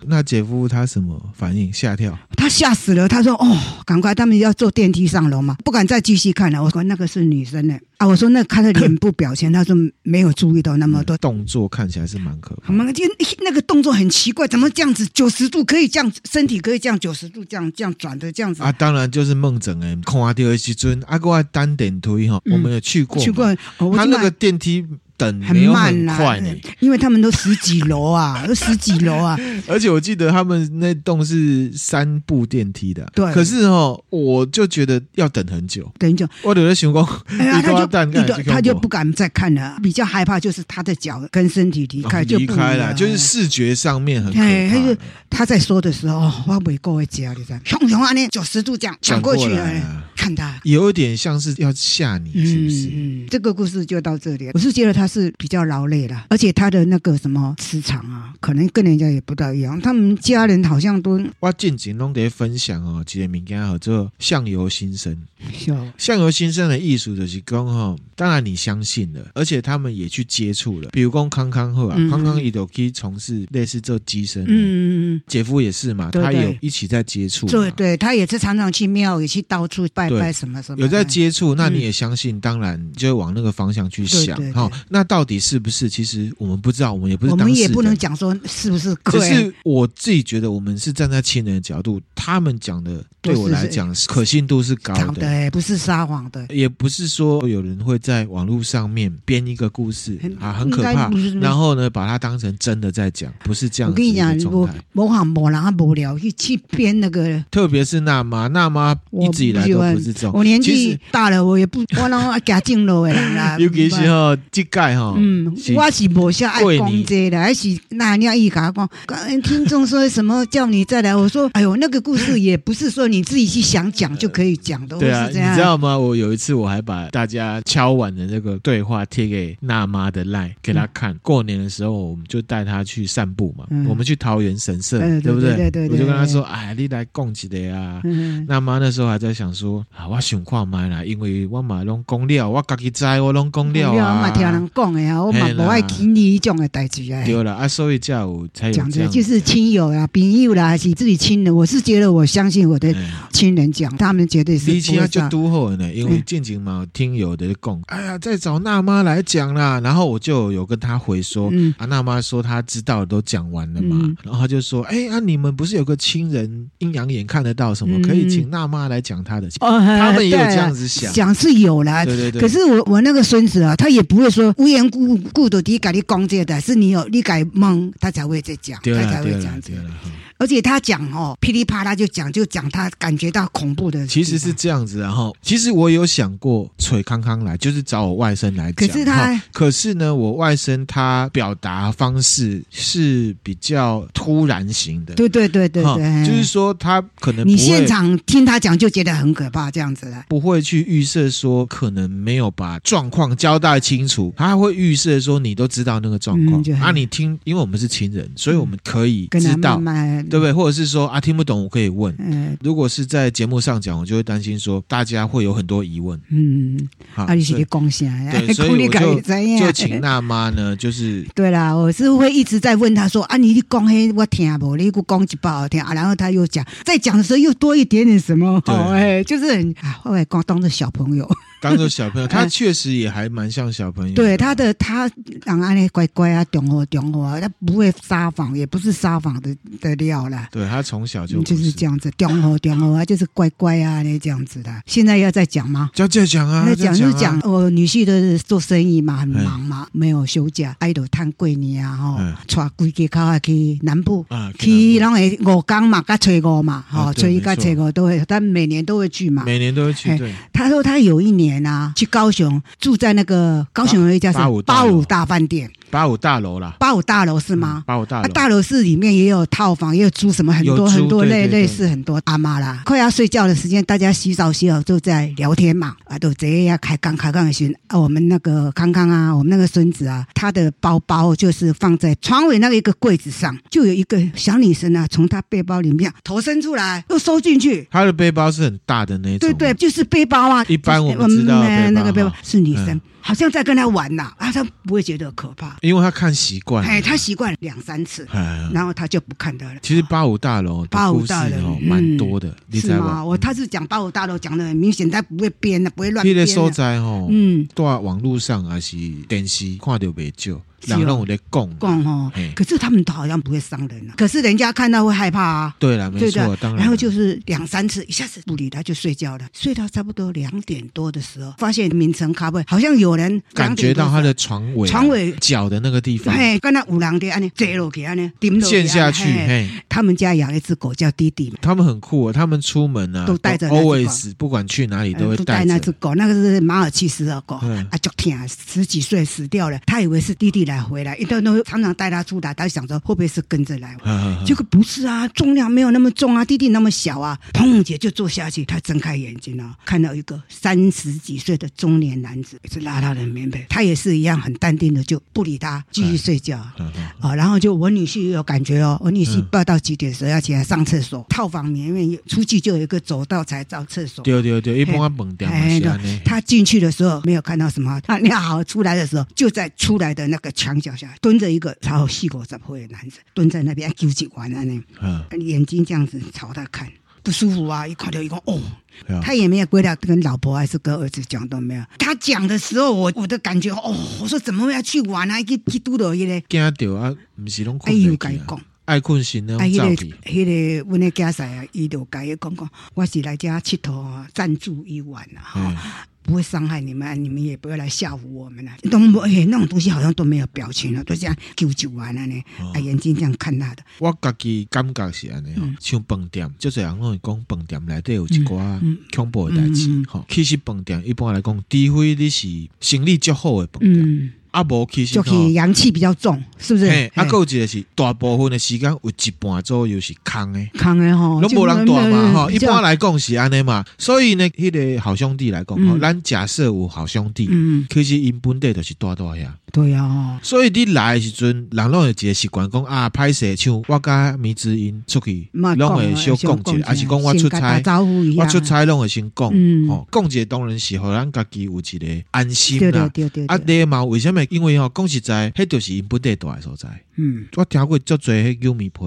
Speaker 2: 那姐夫他什么反应？吓跳？
Speaker 3: 他吓死了，他说：“哦，赶快，他们要坐电梯上楼嘛，不敢再继续看了。”我说：“那个是女生呢。”啊，我说：“那看她的脸部表情。”他说：“没有注意到那么多。
Speaker 2: 动作看起来是蛮可怕
Speaker 3: 我。们就那个动作很奇怪，怎么这样子？九十度可以这样，身体可以这样九十度这样这样转的这样子。
Speaker 2: 啊，当然就是梦枕哎，看到的时阵，啊，我单点推哈，
Speaker 3: 嗯
Speaker 2: 我们有去过嘛，
Speaker 3: 去过，哦、我
Speaker 2: 他
Speaker 3: 今
Speaker 2: 那
Speaker 3: 晚
Speaker 2: 个电梯等
Speaker 3: 很
Speaker 2: 没有
Speaker 3: 慢
Speaker 2: 很
Speaker 3: 啦、
Speaker 2: 快呢，
Speaker 3: 因为他们都十几楼 啊，都十几楼啊，
Speaker 2: 而且我记得他们那栋是三部电梯的，
Speaker 3: 对
Speaker 2: 可是哦，我就觉得要等很久，
Speaker 3: 等于就
Speaker 2: 我有在想讲，
Speaker 3: 哎 呀，
Speaker 2: 你
Speaker 3: 他
Speaker 2: 都要
Speaker 3: 就
Speaker 2: 蛋干
Speaker 3: 你都
Speaker 2: 去看
Speaker 3: 他就
Speaker 2: 过
Speaker 3: 不敢再看了，比较害怕就是他的脚跟身体离开，
Speaker 2: 哦
Speaker 3: 就
Speaker 2: 离
Speaker 3: 不
Speaker 2: 开
Speaker 3: 一
Speaker 2: 了，
Speaker 3: 样
Speaker 2: 就是视觉上面很可
Speaker 3: 哎他就
Speaker 2: 怕，
Speaker 3: 他在说的时候，哦我没过会家里在熊熊啊，那九十度这样转过去
Speaker 2: 转
Speaker 3: 了，
Speaker 2: 过来
Speaker 3: 哎
Speaker 2: 啊
Speaker 3: 看他。
Speaker 2: 有一点像是要吓你，是不是？
Speaker 3: 嗯嗯，这个故事就到这里。我是觉得他是比较劳累了，而且他的那个什么磁场啊，可能跟人家也不大一样。他们家人好像都
Speaker 2: 我近前拢在分享哦，一个物件叫做相由心生。
Speaker 3: 笑
Speaker 2: 相由心生的艺术就是讲吼，当然你相信了，而且他们也去接触了。比如讲康康后啊，
Speaker 3: 嗯
Speaker 2: 康康伊都可以从事类似做机身，嗯，
Speaker 3: 嗯嗯嗯，
Speaker 2: 姐夫也是嘛，
Speaker 3: 对
Speaker 2: 他
Speaker 3: 对
Speaker 2: 有一起在接触嘛，
Speaker 3: 对对，他也是常常去庙，也去到处拜
Speaker 2: 对
Speaker 3: 拜什么什么的，
Speaker 2: 有在接触，那
Speaker 3: 嗯
Speaker 2: 你也相信，当然就会往那个方向去
Speaker 3: 对
Speaker 2: 想
Speaker 3: 对
Speaker 2: 哈
Speaker 3: 对。
Speaker 2: 那到底是不是？其实我们不知道，我们也不是
Speaker 3: 我
Speaker 2: 当
Speaker 3: 们
Speaker 2: 事
Speaker 3: 也不能
Speaker 2: 人。
Speaker 3: 讲说是不是
Speaker 2: 只
Speaker 3: 贵，
Speaker 2: 是我自己觉得，我们是站在亲人的角度，他们讲的对我来讲是可信度是高
Speaker 3: 讲
Speaker 2: 的，
Speaker 3: 的哎不是撒谎的，
Speaker 2: 也不是说有人会在网络上面编一个故事
Speaker 3: 很
Speaker 2: 啊，很可怕
Speaker 3: 应该不是，
Speaker 2: 然后呢把它当成真的在讲，不是这样
Speaker 3: 我
Speaker 2: 子
Speaker 3: 跟你讲
Speaker 2: 的，状
Speaker 3: 我
Speaker 2: 态。
Speaker 3: 模仿模然后啊无聊去去编那个，
Speaker 2: 特别是娜妈，娜妈
Speaker 3: 我
Speaker 2: 一直以来
Speaker 3: 喜
Speaker 2: 都
Speaker 3: 欢
Speaker 2: 不是这种，
Speaker 3: 我年
Speaker 2: 其
Speaker 3: 纪
Speaker 2: 实
Speaker 3: 大了，我也不 我拢加进路的人啦。
Speaker 2: 尤其是吼，这届吼，
Speaker 3: 嗯
Speaker 2: 是，
Speaker 3: 我是无啥爱讲这啦，还是那人家一甲 我讲，
Speaker 2: 啊
Speaker 3: 嗯听众说什么叫你再来，我说哎呦，那个故事也不是说你自己去想讲就可以讲的，我
Speaker 2: 对啊，
Speaker 3: 哦是
Speaker 2: 你
Speaker 3: 这样。
Speaker 2: 知道吗？我有一次我还把大家敲碗的那个对话贴给娜妈的 line 给她看。过年的时候，我们就带她去散步嘛，
Speaker 3: 嗯
Speaker 2: 我们去桃园神社，
Speaker 3: 对对
Speaker 2: 不对？
Speaker 3: 对对对对
Speaker 2: 我就跟她说：“哎，你来供几的呀？”
Speaker 3: 嗯，
Speaker 2: 娜妈啊那时候还在想说：“啊，我想看麦啦，因为我嘛拢讲了，我家己知我拢讲了
Speaker 3: 哦我嘛听
Speaker 2: 啊。
Speaker 3: 人讲的啊，我嘛
Speaker 2: 嘿
Speaker 3: 无
Speaker 2: 啦
Speaker 3: 爱经历这种的代志啊。
Speaker 2: 对了啊，所以下午才有
Speaker 3: 讲
Speaker 2: 这
Speaker 3: 的
Speaker 2: 样。
Speaker 3: 就是亲友啦、朋友啦，还是自己亲人。我是觉得，我相信我的
Speaker 2: 哎
Speaker 3: 亲人讲，他们绝对是
Speaker 2: 离奇
Speaker 3: 不
Speaker 2: 啊，
Speaker 3: 会
Speaker 2: 就
Speaker 3: 上。
Speaker 2: 都后呢，因为
Speaker 3: 嗯
Speaker 2: 近景嘛，有听有的讲，哎呀，再找娜妈来讲啦。然后我就有跟她回说，
Speaker 3: 嗯
Speaker 2: 啊，娜妈说她知道的都讲完了嘛，
Speaker 3: 嗯
Speaker 2: 然后她就说，哎啊，你们不是有个亲人阴阳眼看得到什么，
Speaker 3: 嗯
Speaker 2: 可以请娜妈来讲她的。
Speaker 3: 哦，
Speaker 2: 他们也有
Speaker 3: 对啊啊
Speaker 2: 这样子想
Speaker 3: 讲是有啦。
Speaker 2: 对对对，
Speaker 3: 可是我我那个孙子啊，他也不会说无缘故故的，你改你讲这个，是你有你改梦，他才会再讲，
Speaker 2: 对
Speaker 3: 他
Speaker 2: 了
Speaker 3: 才
Speaker 2: 对
Speaker 3: 会
Speaker 2: 了
Speaker 3: 这样子
Speaker 2: 对。啊了，哈
Speaker 3: 而且他讲哦，噼里啪啦就讲，就讲他感觉到恐怖的地方。
Speaker 2: 其实是这样子啊，然后其实我有想过崔康康来，就是找我外甥来讲。
Speaker 3: 可是他
Speaker 2: 哈，可是呢，我外甥他表达方式是比较突然型的，
Speaker 3: 对对对对
Speaker 2: 哈
Speaker 3: 对，哎
Speaker 2: 就是说他可能
Speaker 3: 你
Speaker 2: 不会
Speaker 3: 现场听他讲就觉得很可怕，这样子的。
Speaker 2: 不会去预设说可能没有把状况交代清楚，他会预设说你都知道那个状况
Speaker 3: 嗯就，很
Speaker 2: 啊，你听，因为我们是亲人，所以我们可以
Speaker 3: 跟
Speaker 2: 知
Speaker 3: 他
Speaker 2: 道
Speaker 3: 慢，慢
Speaker 2: 对不对？或者是说啊，听不懂我可以问。
Speaker 3: 嗯
Speaker 2: 如果是在节目上讲，我就会担心说大家会有很多疑问
Speaker 3: 嗯，
Speaker 2: 哈
Speaker 3: 啊，你是
Speaker 2: 所
Speaker 3: 哎
Speaker 2: 以
Speaker 3: 你讲啥呀？
Speaker 2: 对所以
Speaker 3: 讲你
Speaker 2: 我就
Speaker 3: 自己知影
Speaker 2: 就请娜妈呢，就是
Speaker 3: 对啦，我是会一直在问他说啊，你你讲嘿我听不，你给我讲一不好听啊，然后他又讲，在讲的时候又多一点点什么，
Speaker 2: 对嗯
Speaker 3: 哦哎，就是很啊，后来光当着小朋友，
Speaker 2: 当做小 朋友，他
Speaker 3: 哎
Speaker 2: 确实也还蛮像小朋友。
Speaker 3: 对他的他让安尼乖乖啊，懂我懂我啊，他不会撒谎，也不是撒谎的的料啦。
Speaker 2: 对他从小就
Speaker 3: 嗯
Speaker 2: 不
Speaker 3: 就是这样子，懂我懂我啊，就是乖乖啊，那这样子的。现在要再讲吗？
Speaker 2: 就这样讲啊，
Speaker 3: 那
Speaker 2: 这样
Speaker 3: 讲就
Speaker 2: 啊哎
Speaker 3: 讲，我女婿的做生意嘛，很忙嘛，没有休假，爱豆探过年啊，吼
Speaker 2: 嗯，
Speaker 3: 带规家口啊去南部，
Speaker 2: 啊，
Speaker 3: 去拢会五天嘛，甲初五嘛，吼、
Speaker 2: 啊对
Speaker 3: 初一甲初五都会，但每年都会去嘛。
Speaker 2: 每年都会去
Speaker 3: 哎
Speaker 2: 对。
Speaker 3: 他说他有一年啊，去高雄住在那个高雄有一家是
Speaker 2: 八五大
Speaker 3: 八
Speaker 2: 楼
Speaker 3: 五大饭店，
Speaker 2: 八五大楼啦，嗯
Speaker 3: 八五大楼是吗？
Speaker 2: 八五大
Speaker 3: 啊，
Speaker 2: 楼，
Speaker 3: 大楼是里面也有套房，也有租什么很
Speaker 2: 有
Speaker 3: 多
Speaker 2: 租
Speaker 3: 很多
Speaker 2: 对
Speaker 3: 类
Speaker 2: 对对
Speaker 3: 类似很多阿妈啦。快要睡觉的时间，大家洗澡洗好就在聊天嘛，啊，都这样开杠开杠的时，啊，我们那个康康啊，我们那个孙子啊，他的包包就是放在床尾那个一个柜子上，就有一个小女生啊，从他背包里面头伸出来，又收进去。
Speaker 2: 他的背包是很大的那种，
Speaker 3: 对对，就是背包包啊，
Speaker 2: 一般我们知道
Speaker 3: 嗯
Speaker 2: 的
Speaker 3: 那个
Speaker 2: 背
Speaker 3: 背
Speaker 2: 包
Speaker 3: 包是女生
Speaker 2: 嗯，
Speaker 3: 好像在跟他玩呐，啊，他不会觉得可怕，
Speaker 2: 因为他看习惯了，
Speaker 3: 哎，他习惯两三次，
Speaker 2: 哎
Speaker 3: 然后他就不看他了。
Speaker 2: 其实八五大楼的
Speaker 3: 八
Speaker 2: 故
Speaker 3: 五
Speaker 2: 事
Speaker 3: 大楼
Speaker 2: 哦，
Speaker 3: 嗯
Speaker 2: 蛮多的，你知
Speaker 3: 是
Speaker 2: 道
Speaker 3: 吗？
Speaker 2: 吗？
Speaker 3: 我他是讲八五大楼讲的很明显，他不会编的，不会乱
Speaker 2: 迄
Speaker 3: 编
Speaker 2: 个所
Speaker 3: 的。
Speaker 2: 在吼，
Speaker 3: 啊嗯，
Speaker 2: 在网络上还是电视看到袂少，
Speaker 3: 是哦
Speaker 2: 人拢有咧讲。
Speaker 3: 逛哦
Speaker 2: 嘿，
Speaker 3: 可是他们都好像不会伤人啊，可是人家看到会害怕啊。
Speaker 2: 对啦，没
Speaker 3: 对
Speaker 2: 错
Speaker 3: 的，，
Speaker 2: 当然。
Speaker 3: 然后就是两三次，一下子不理他就睡觉了，睡到差不多两点多的时候，发现名城咖啡好像有人
Speaker 2: 感觉到他的床尾啊、
Speaker 3: 床尾
Speaker 2: 脚的那个地方
Speaker 3: 哎，嘿跟那五郎的安尼坠落去安尼，顶落去
Speaker 2: 陷下去，
Speaker 3: 安尼。嘿
Speaker 2: 嘿。
Speaker 3: 他们家养一只狗叫弟弟嘛，
Speaker 2: 他们很酷、哦，他们出门啊，
Speaker 3: 都带着那只狗
Speaker 2: always 不管去哪里都会
Speaker 3: 都
Speaker 2: 带
Speaker 3: 呃带
Speaker 2: 着
Speaker 3: 那只狗，那个是马尔济斯的狗，
Speaker 2: 嗯
Speaker 3: 啊，就天啊，十几岁死掉了，他以为是弟弟来回来，一段都常常带他出来，他就想说会不会是跟着来。
Speaker 2: 呵呵呵
Speaker 3: 结果不是啊，重量没有那么重啊，弟弟那么小啊，砰姐就坐下去，她睁开眼睛啊，看到一个三十几岁的中年男子，一直拉他的棉被，他也是一样很淡定的就不理他，继续睡觉。
Speaker 2: 嗯嗯
Speaker 3: 啊、然后就我女婿也有感觉哦，我女婿
Speaker 2: 嗯
Speaker 3: 不知道到几点时候要起来上厕所，套房里面有出去就有一个走道才到厕所。
Speaker 2: 对对对，一般啊蹦掉嘛
Speaker 3: 哎
Speaker 2: 是
Speaker 3: 对
Speaker 2: 安尼，
Speaker 3: 他进去的时候没有看到什么，他尿好出来的时候，就在出来的那个墙角下蹲着一个超细狗杂破的男子，蹲在那边纠结完了呢，
Speaker 2: 嗯，
Speaker 3: 眼睛这样子朝他看，不舒服啊！一看到一个哦，
Speaker 2: 对啊
Speaker 3: 他也没有归了跟老婆还是跟儿子讲都没有。他讲的时候，我我的感觉哦，我说怎么会要去玩啊？去去嘟落去嘞？
Speaker 2: 惊到啊，唔是拢
Speaker 3: 哎
Speaker 2: 困
Speaker 3: 呦，
Speaker 2: 袂
Speaker 3: 甲伊
Speaker 2: 去
Speaker 3: 讲
Speaker 2: 啊，，爱困醒那
Speaker 3: 啊，
Speaker 2: 种
Speaker 3: 迄、
Speaker 2: 照
Speaker 3: 那个
Speaker 2: 片，
Speaker 3: 迄、那个阮的家婿啊，伊就甲伊讲讲，我是来遮佚佗啊，暂住一晚啊，哈、
Speaker 2: 嗯
Speaker 3: 不会伤害你们啊，你们也不会来吓唬我们啊。都没、哎那种东西好像都没有表情啊了，都这样啾啾完了呢，
Speaker 2: 哦
Speaker 3: 啊，眼睛这样看他的，
Speaker 2: 我家己感觉是安尼哦
Speaker 3: 嗯，
Speaker 2: 像饭店，即侪人拢会讲饭店内底有一寡
Speaker 3: 嗯
Speaker 2: 恐怖的代志
Speaker 3: 嗯嗯嗯，
Speaker 2: 吼。其实饭店一般来讲，除非你是生理较好的饭店，
Speaker 3: 嗯，
Speaker 2: 啊无其实
Speaker 3: 就
Speaker 2: 吼
Speaker 3: 可，以阳气比较重，是不是？
Speaker 2: 嘿，啊，
Speaker 3: 嘿
Speaker 2: 还有一个是大部分的时间有一半左右是空的。
Speaker 3: 空的吼，
Speaker 2: 拢
Speaker 3: 就
Speaker 2: 无人大嘛吼，
Speaker 3: 比
Speaker 2: 一
Speaker 3: 较
Speaker 2: 般来讲是安尼嘛，所以呢，迄、个好兄弟来讲吼，
Speaker 3: 嗯
Speaker 2: 咱假设有好兄弟，
Speaker 3: 嗯，
Speaker 2: 其实因本地就是大大遐，
Speaker 3: 对啊、哦，
Speaker 2: 所以你来的时阵，人拢有一个习惯讲啊，歹势像我甲迷之音出去，
Speaker 3: 嘛
Speaker 2: 拢会小
Speaker 3: 讲
Speaker 2: 讲一下，还是讲我
Speaker 3: 先
Speaker 2: 出
Speaker 3: 跟他
Speaker 2: 差，
Speaker 3: 打招呼一下
Speaker 2: 我出，差拢会先讲，
Speaker 3: 嗯
Speaker 2: 吼，讲一下当然是互咱家己有一个安心
Speaker 3: 对对
Speaker 2: 啦。
Speaker 3: 对对，
Speaker 2: 啊，
Speaker 3: 对
Speaker 2: 你嘛，为什么？因为吼，讲实在，迄就是因本地大的所在。
Speaker 3: 嗯，
Speaker 2: 我听过足侪迄玉米皮。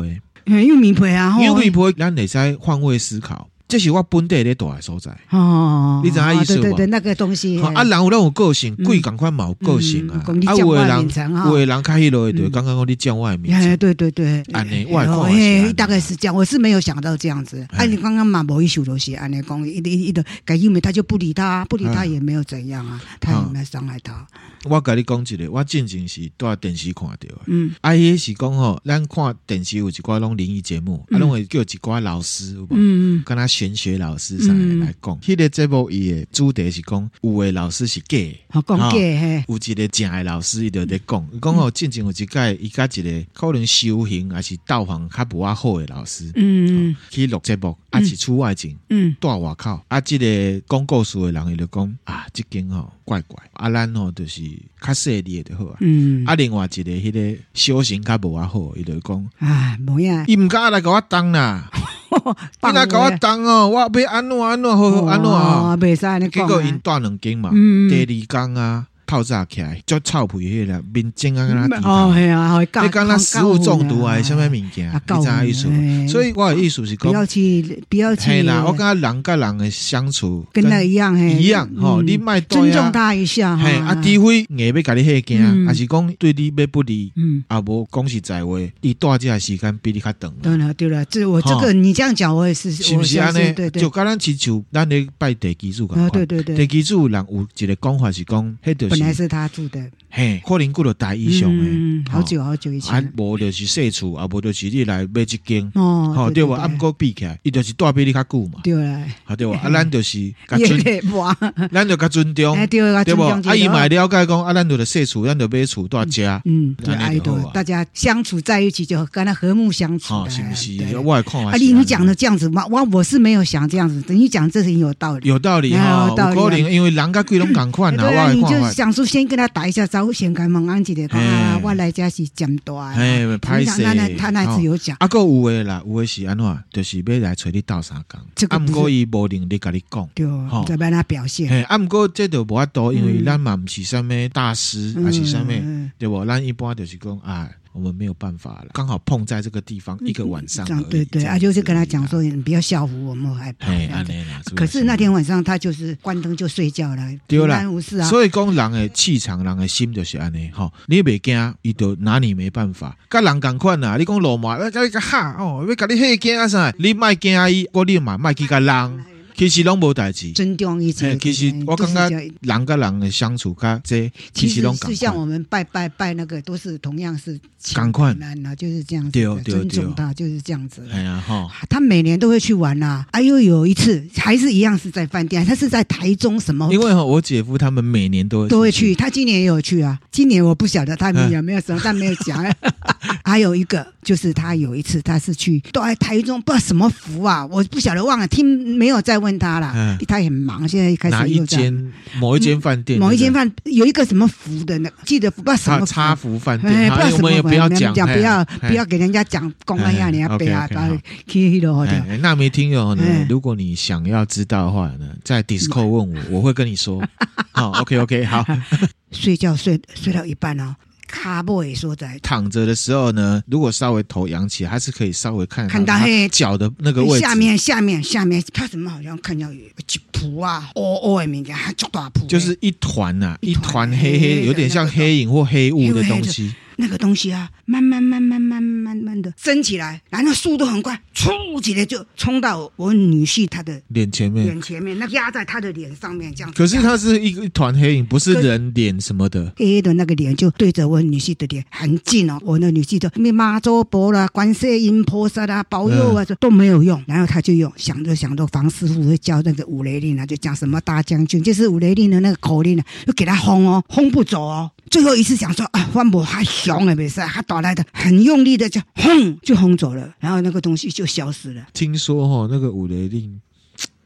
Speaker 3: 嗯玉米皮啊，吼
Speaker 2: 因为不会咱会使换位思考，这是我本地咧大诶所在。
Speaker 3: 哦，
Speaker 2: 你知道意思
Speaker 3: 哦对对
Speaker 2: 不
Speaker 3: 对，那个东西，
Speaker 2: 吼啊，
Speaker 3: 嘿
Speaker 2: 人有那种个性，
Speaker 3: 嗯
Speaker 2: 贵共款嘛有个性啊
Speaker 3: 嗯讲你。
Speaker 2: 啊，
Speaker 3: 占
Speaker 2: 有
Speaker 3: 我
Speaker 2: 诶
Speaker 3: 的
Speaker 2: 人
Speaker 3: 名称，哈
Speaker 2: 有诶人较迄落
Speaker 3: 嗯
Speaker 2: 对，刚刚讲你占我诶名
Speaker 3: 哎，
Speaker 2: 字，啊
Speaker 3: 对对对，哎哦
Speaker 2: 安尼我也看法是安尼
Speaker 3: 大概是这样，我是没有想到这样子。
Speaker 2: 哎
Speaker 3: 哎，你刚刚嘛，某一首都是安尼讲，一一一的改因为他就不理他，不理他
Speaker 2: 哎
Speaker 3: 也没有怎样啊，他也没有伤害
Speaker 2: 啊
Speaker 3: 他。
Speaker 2: 我甲你讲一个，我进前是在电视看着诶。
Speaker 3: 嗯
Speaker 2: 啊，迄是讲吼，咱看电视有一寡拢灵异节目，啊，拢会叫一寡老师有无？
Speaker 3: 嗯
Speaker 2: 敢若玄学老师上
Speaker 3: 嗯
Speaker 2: 来讲，迄个节目伊诶主题是讲，有诶老师是假的。
Speaker 3: 好讲
Speaker 2: 哦
Speaker 3: 假嘿，
Speaker 2: 有一个正诶老师，伊就咧讲，
Speaker 3: 嗯
Speaker 2: 伊讲吼，进前有一届，伊甲一个可能修行还是道行较无啊好诶老师，
Speaker 3: 嗯
Speaker 2: 去录节目，啊是出外景，
Speaker 3: 嗯
Speaker 2: 住外口，啊，即个讲故事诶人伊就讲啊，即间吼怪怪，啊咱吼就是较细腻诶就好啊。
Speaker 3: 嗯，
Speaker 2: 啊，另外一个迄个修行较无啊好，伊就讲，
Speaker 3: 哎，无影，
Speaker 2: 伊毋敢来甲我当啦，你来甲我当哦，我要安怎安怎好好安怎哦。
Speaker 3: 哦，袂使安尼
Speaker 2: 结
Speaker 3: 讲
Speaker 2: 果因
Speaker 3: 啊。
Speaker 2: 断两间嘛，
Speaker 3: 嗯
Speaker 2: 第二天啊，透早起来足臭屁迄个面蒸啊，敢若猪
Speaker 3: 哦，
Speaker 2: 头，
Speaker 3: 系啊，会
Speaker 2: 你敢若食物中毒啊，什么物件，
Speaker 3: 啊
Speaker 2: 你知影意思无？
Speaker 3: 哎
Speaker 2: 所以我的意思是
Speaker 3: 不要
Speaker 2: 讲，
Speaker 3: 去，不要
Speaker 2: 嘿
Speaker 3: 去，
Speaker 2: 啦，我感觉人甲人的相处
Speaker 3: 跟那一样嘿，
Speaker 2: 一样吼，
Speaker 3: 嗯
Speaker 2: 你莫
Speaker 3: 尊重
Speaker 2: 他，
Speaker 3: 他一下哈。
Speaker 2: 嘿啊，除非硬要甲你迄惊，
Speaker 3: 嗯
Speaker 2: 还是讲对你要不利，
Speaker 3: 嗯。
Speaker 2: 啊无讲实在话，伊带遮时间比你较长。
Speaker 3: 对了对了，这我这
Speaker 2: 哈
Speaker 3: 个你这样讲，我也是，
Speaker 2: 哦是
Speaker 3: 嗯我
Speaker 2: 不是
Speaker 3: 相
Speaker 2: 安
Speaker 3: 信
Speaker 2: 尼
Speaker 3: 对？对
Speaker 2: 就，甲咱亲像咱咧拜地基主
Speaker 3: 啊
Speaker 2: 共
Speaker 3: 对
Speaker 2: 款，
Speaker 3: 对
Speaker 2: 地
Speaker 3: 对，
Speaker 2: 基主人有一个讲法是讲，迄就
Speaker 3: 本来
Speaker 2: 是
Speaker 3: 是他住的，
Speaker 2: 嘿，可能过了大以上诶，
Speaker 3: 嗯，好
Speaker 2: 哦
Speaker 3: 久好久以前
Speaker 2: 啊
Speaker 3: 了，
Speaker 2: 无就是细厝，啊无就是你来买一间，
Speaker 3: 哦，
Speaker 2: 吼对
Speaker 3: 对
Speaker 2: 无？啊毋过比起来，伊就是带比你较久嘛，
Speaker 3: 对了，
Speaker 2: 啊对无？啊咱 就是较
Speaker 3: 也
Speaker 2: 尊，
Speaker 3: 得哇，
Speaker 2: 咱就较尊重
Speaker 3: 哎，，对啊，
Speaker 2: 对无？
Speaker 3: 尊重
Speaker 2: 啊
Speaker 3: 一下
Speaker 2: 伊嘛会了解讲，啊咱就是细厝，咱就买厝带遮，
Speaker 3: 嗯，对，
Speaker 2: 安尼
Speaker 3: 爱
Speaker 2: 就好
Speaker 3: 多
Speaker 2: 啊
Speaker 3: 大家相处在一起就跟他和睦相处
Speaker 2: 吼
Speaker 3: 了
Speaker 2: 是毋是？
Speaker 3: 对
Speaker 2: 我也看法
Speaker 3: 啊，
Speaker 2: 是
Speaker 3: 你
Speaker 2: 安
Speaker 3: 你
Speaker 2: 尼
Speaker 3: 讲的这样子嘛，我我是没有想这样子，等你讲这是很有道理。
Speaker 2: 有道理
Speaker 3: 哎
Speaker 2: 吼，有
Speaker 3: 有道理啊
Speaker 2: 可能因为人甲鬼拢共款
Speaker 3: 哎
Speaker 2: 啊，
Speaker 3: 对啊，
Speaker 2: 我
Speaker 3: 你
Speaker 2: 也看
Speaker 3: 就
Speaker 2: 法。
Speaker 3: 想说先跟他打一下招我先甲问安一个讲啊
Speaker 2: 嘿，
Speaker 3: 我来遮是占大的。
Speaker 2: 嘿歹势
Speaker 3: 他那他那次有讲，
Speaker 2: 啊，个有诶啦，有诶是安怎，就是要来找你斗相共
Speaker 3: 这。个
Speaker 2: 啊，
Speaker 3: 不是
Speaker 2: 毋过伊无能力甲你讲。
Speaker 3: 对，
Speaker 2: 吼
Speaker 3: 在边那表现，
Speaker 2: 嘿，啊，毋过这就无法度，因为
Speaker 3: 嗯
Speaker 2: 咱嘛毋是啥物大师，
Speaker 3: 嗯
Speaker 2: 还啊是啥物，
Speaker 3: 嗯
Speaker 2: 对无？咱一般就是讲，哎，我们没有办法了，刚好碰在这个地方一个晚上
Speaker 3: 这
Speaker 2: 而
Speaker 3: 样
Speaker 2: 已。
Speaker 3: 对对，
Speaker 2: 这样
Speaker 3: 啊，就是跟他讲
Speaker 2: 子
Speaker 3: 说，你不要吓唬我们，我害怕
Speaker 2: 而已啦，嘿，
Speaker 3: 这样
Speaker 2: 安
Speaker 3: 子
Speaker 2: 尼啦。
Speaker 3: 可是那天晚上他就是关灯就睡觉了，
Speaker 2: 对啦
Speaker 3: 平安无事啊。
Speaker 2: 所以讲人的气场、人的心就是安尼吼，你袂惊，伊就拿你没办法。甲人共款啊，你讲罗马要甲你甲吓哦，要甲你吓惊啊啥，你莫惊伊，我你嘛莫去甲人，其实拢无代志。
Speaker 3: 尊重一
Speaker 2: 嘿
Speaker 3: 切，哎
Speaker 2: 其实我
Speaker 3: 就是
Speaker 2: 感觉
Speaker 3: 这样
Speaker 2: 人甲人的相处较这，
Speaker 3: 其
Speaker 2: 实
Speaker 3: 实
Speaker 2: 拢共
Speaker 3: 是像
Speaker 2: 款。
Speaker 3: 我们拜拜拜那个，都是同样是
Speaker 2: 赶快
Speaker 3: 难啊，就是这样子
Speaker 2: 对
Speaker 3: 的，
Speaker 2: 对
Speaker 3: 尊
Speaker 2: 对
Speaker 3: 重他就是这样子的。
Speaker 2: 哎呀吼，
Speaker 3: 他每年都会去玩呐、啊，哎呦，有一次还是一样是在饭店，他是在台中什么
Speaker 2: 因为吼我姐夫他们每年都
Speaker 3: 哦都会去，，他今年也有去啊。今年我不晓得他
Speaker 2: 嗯
Speaker 3: 们有没有什么，但没有讲。 还有一个就是他有一次他是去都在台中，不知道什么福啊，我不晓得忘了，听没有再问他啦。
Speaker 2: 嗯
Speaker 3: 他也忙，现在开
Speaker 2: 哪
Speaker 3: 始
Speaker 2: 一
Speaker 3: 又在
Speaker 2: 间某一间饭店，
Speaker 3: 某一间饭有一个什么福的那个，记得不知道什
Speaker 2: 差
Speaker 3: 么福
Speaker 2: 差福饭
Speaker 3: 哎，
Speaker 2: 店，哎
Speaker 3: 不知道
Speaker 2: 我
Speaker 3: 什么
Speaker 2: 们也
Speaker 3: 鬼，
Speaker 2: 不要讲，
Speaker 3: 不要
Speaker 2: 哎
Speaker 3: 不要给人家讲公安呀，
Speaker 2: 哎
Speaker 3: 人家背啊，
Speaker 2: OK，OK，
Speaker 3: 然后
Speaker 2: 好
Speaker 3: 去那个好掉。
Speaker 2: 哎，那没听友呢
Speaker 3: 哦哎？嗯
Speaker 2: 如果你想要知道的话呢，在 Discord 问我，我会跟你 说。好，OK OK，好。
Speaker 3: 睡觉睡睡到一半哦，卡布也说在
Speaker 2: 躺着的时候呢，如果稍微头仰起来，还是可以稍微看
Speaker 3: 看到
Speaker 2: 他
Speaker 3: 嘿
Speaker 2: 脚的那个位置。
Speaker 3: 下面下面下面，他怎么好像看到有一蒲啊，乌乌的物件，还足大蒲，
Speaker 2: 就是一团呐、一
Speaker 3: 一
Speaker 2: 团
Speaker 3: 团
Speaker 2: 黑
Speaker 3: 黑黑
Speaker 2: 黑，
Speaker 3: 的
Speaker 2: 有点像
Speaker 3: 那个
Speaker 2: 黑影或黑雾的东西。
Speaker 3: 那个东西啊，慢慢慢慢慢慢慢的升起来，然后速度很快，冲起来就冲到我女婿他的
Speaker 2: 脸前面。
Speaker 3: 脸前面，那压在他的脸上面这样子。
Speaker 2: 可是
Speaker 3: 这样
Speaker 2: 它是一个一团黑影，不是
Speaker 3: 可是
Speaker 2: 人脸什么的。
Speaker 3: 黑黑的那个脸就对着我女婿的脸很近哦，我那女婿的妈祖婆啦、观世音菩萨啦、保佑啊，这都没有用。然后他就用想着想着，房师傅会教那个五雷令啊，就讲什么大将军，就是五雷令的那个口令啊，就给他轰哦，轰不走哦。最后一次想说啊，万博还熊了没事，他打来的很用力的就轰就轰走了，然后那个东西就消失了。
Speaker 2: 听说哈、那个五雷令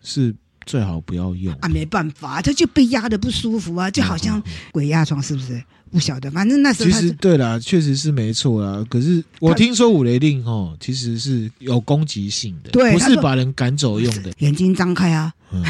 Speaker 2: 是最好不要用。
Speaker 3: 啊，没办法，他就被压的不舒服啊，就好像鬼压床，是不是？不晓得，反正 那时候
Speaker 2: 其
Speaker 3: 他
Speaker 2: 实
Speaker 3: 是
Speaker 2: 对啦，确实是没错啦。可是我听说五雷令哦，其实是有攻击性的，
Speaker 3: 对
Speaker 2: 不
Speaker 3: 他
Speaker 2: 是
Speaker 3: 说
Speaker 2: 把人赶走用的。
Speaker 3: 眼睛张开啊，
Speaker 2: 嗯，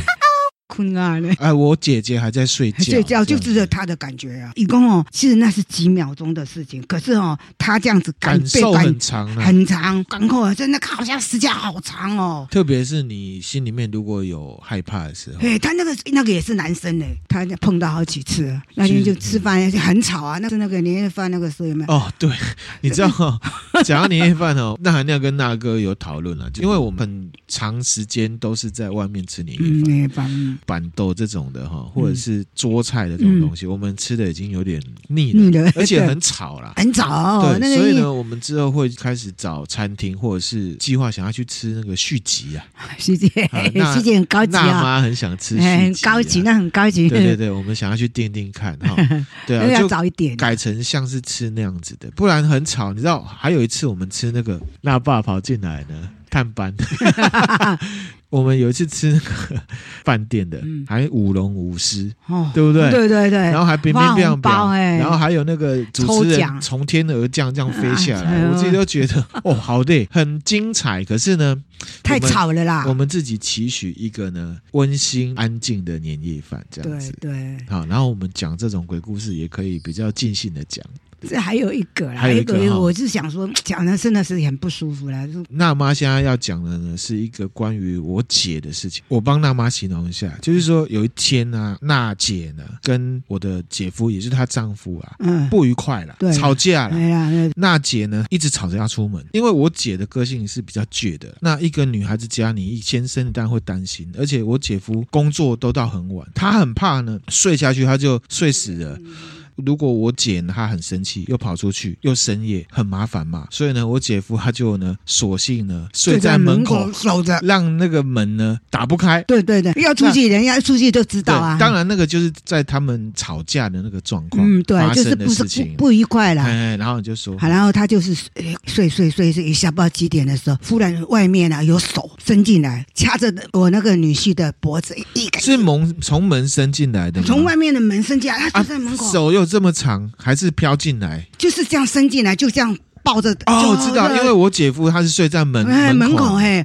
Speaker 3: 困啊嘞。
Speaker 2: 哎，我姐姐还在睡觉，
Speaker 3: 睡
Speaker 2: 这
Speaker 3: 觉哦就
Speaker 2: 样
Speaker 3: 只有他的感觉啊！一共哦，其实那是几秒钟的事情，可是哦，他这样子感
Speaker 2: 感
Speaker 3: 被
Speaker 2: 受
Speaker 3: 感
Speaker 2: 很嗯长啊啦。
Speaker 3: 很长，赶快真的好像时间好长哦。
Speaker 2: 特别是你心里面如果有害怕的时候，
Speaker 3: 哎嘿，他那个那个也是男生嘞，他碰到好几次了。那天就吃饭很吵啊，那是那个年夜饭那个时候有没有？
Speaker 2: 哦，对，你知道、 哦，讲到年夜饭哦，那含亮跟那哥有讨论啊了，就因为我们很长时间都是在外面吃年夜
Speaker 3: 嗯，
Speaker 2: 饭。
Speaker 3: 年夜饭嗯
Speaker 2: 板豆这种的哈，或者是桌菜的这种东西，我们吃的已经有点腻了，
Speaker 3: 嗯腻了
Speaker 2: 而且
Speaker 3: 对
Speaker 2: 很吵 啦。
Speaker 3: 很吵哦
Speaker 2: 对，，
Speaker 3: 那
Speaker 2: 所以
Speaker 3: 个
Speaker 2: 呢，我们之后会开始找餐厅，或者是计划想要去吃那个续集啊。
Speaker 3: 徐姐
Speaker 2: 啊 那，
Speaker 3: 徐姐很高级
Speaker 2: 娜
Speaker 3: 啊，
Speaker 2: 妈很想吃续集、啊，
Speaker 3: 哎很高级，那很高级，
Speaker 2: 对对对，我们想要去定定看 哈。对
Speaker 3: 那
Speaker 2: 啊，
Speaker 3: 要
Speaker 2: 就
Speaker 3: 早一点。
Speaker 2: 改成像是吃那样子的，不然很吵。你知道，还有一次我们吃那个辣爸跑进来呢，探班。 我们有一次吃那个饭店的，
Speaker 3: 嗯
Speaker 2: 还舞龙舞狮，
Speaker 3: 哦，
Speaker 2: 对不对
Speaker 3: 对对对，
Speaker 2: 然后还冰
Speaker 3: 发
Speaker 2: 冰
Speaker 3: 红
Speaker 2: 冰
Speaker 3: 包哎
Speaker 2: 然后还有那个主持
Speaker 3: 抽
Speaker 2: 人
Speaker 3: 奖
Speaker 2: 从天而降这样飞下
Speaker 3: 哎
Speaker 2: 来，
Speaker 3: 呦
Speaker 2: 我自己都觉得哦，好累，很精彩。可是呢，
Speaker 3: 太吵了啦
Speaker 2: 我。们自己期许一个呢温馨安静的年夜饭这样
Speaker 3: 对
Speaker 2: 子。
Speaker 3: 对。
Speaker 2: 好，然后我们讲这种鬼故事，也可以比较尽兴的讲。
Speaker 3: 这还有一个啦，
Speaker 2: 还有一个
Speaker 3: 还
Speaker 2: 哈
Speaker 3: 我是想说，嗯讲的真的是很不舒服啦。就是
Speaker 2: 娜妈现在要讲的呢，是一个关于我姐的事情。我帮娜妈形容一下，就是说有一天呢、娜姐呢跟我的姐夫，也就是她丈夫啊，
Speaker 3: 嗯，
Speaker 2: 不愉快了，
Speaker 3: 对
Speaker 2: 吵架了。
Speaker 3: 哎呀，那
Speaker 2: 娜姐呢，一直吵着要出门，因为我姐的个性是比较倔的。那一个女孩子家，你先生当然会担心，而且我姐夫工作都到很晚，他很怕呢，睡下去他就睡死了。如果我姐呢，她很生气，又跑出去，又深夜，很麻烦嘛。所以呢，我姐夫他就呢，索性呢睡
Speaker 3: 就
Speaker 2: 在门口
Speaker 3: 口，守着。
Speaker 2: 让那个门呢打不开。
Speaker 3: 对对对，要出去，人家出去就知道啊。
Speaker 2: 对当，然那个就是在他们吵架的那个状况，
Speaker 3: 嗯，对，
Speaker 2: 发
Speaker 3: 就是
Speaker 2: 生的
Speaker 3: 不是
Speaker 2: 事
Speaker 3: 不
Speaker 2: 情。
Speaker 3: 不愉快啦。
Speaker 2: 哎，然后你就说，
Speaker 3: 好，然后他就是呃睡睡睡睡一下，不知道几点的时候，忽然外面啊有手伸进来，掐着我那个女婿的脖子，一个
Speaker 2: 是蒙从门伸进来的吗，
Speaker 3: 从外面的门伸进来，他
Speaker 2: 啊
Speaker 3: 就在门口。
Speaker 2: 手又这么长，还是飘进来？
Speaker 3: 就是这样伸进来，就这样抱着。
Speaker 2: 哦，我
Speaker 3: 就
Speaker 2: 知道，因为我姐夫他是睡在门
Speaker 3: 哎门
Speaker 2: 口，
Speaker 3: 口嘿，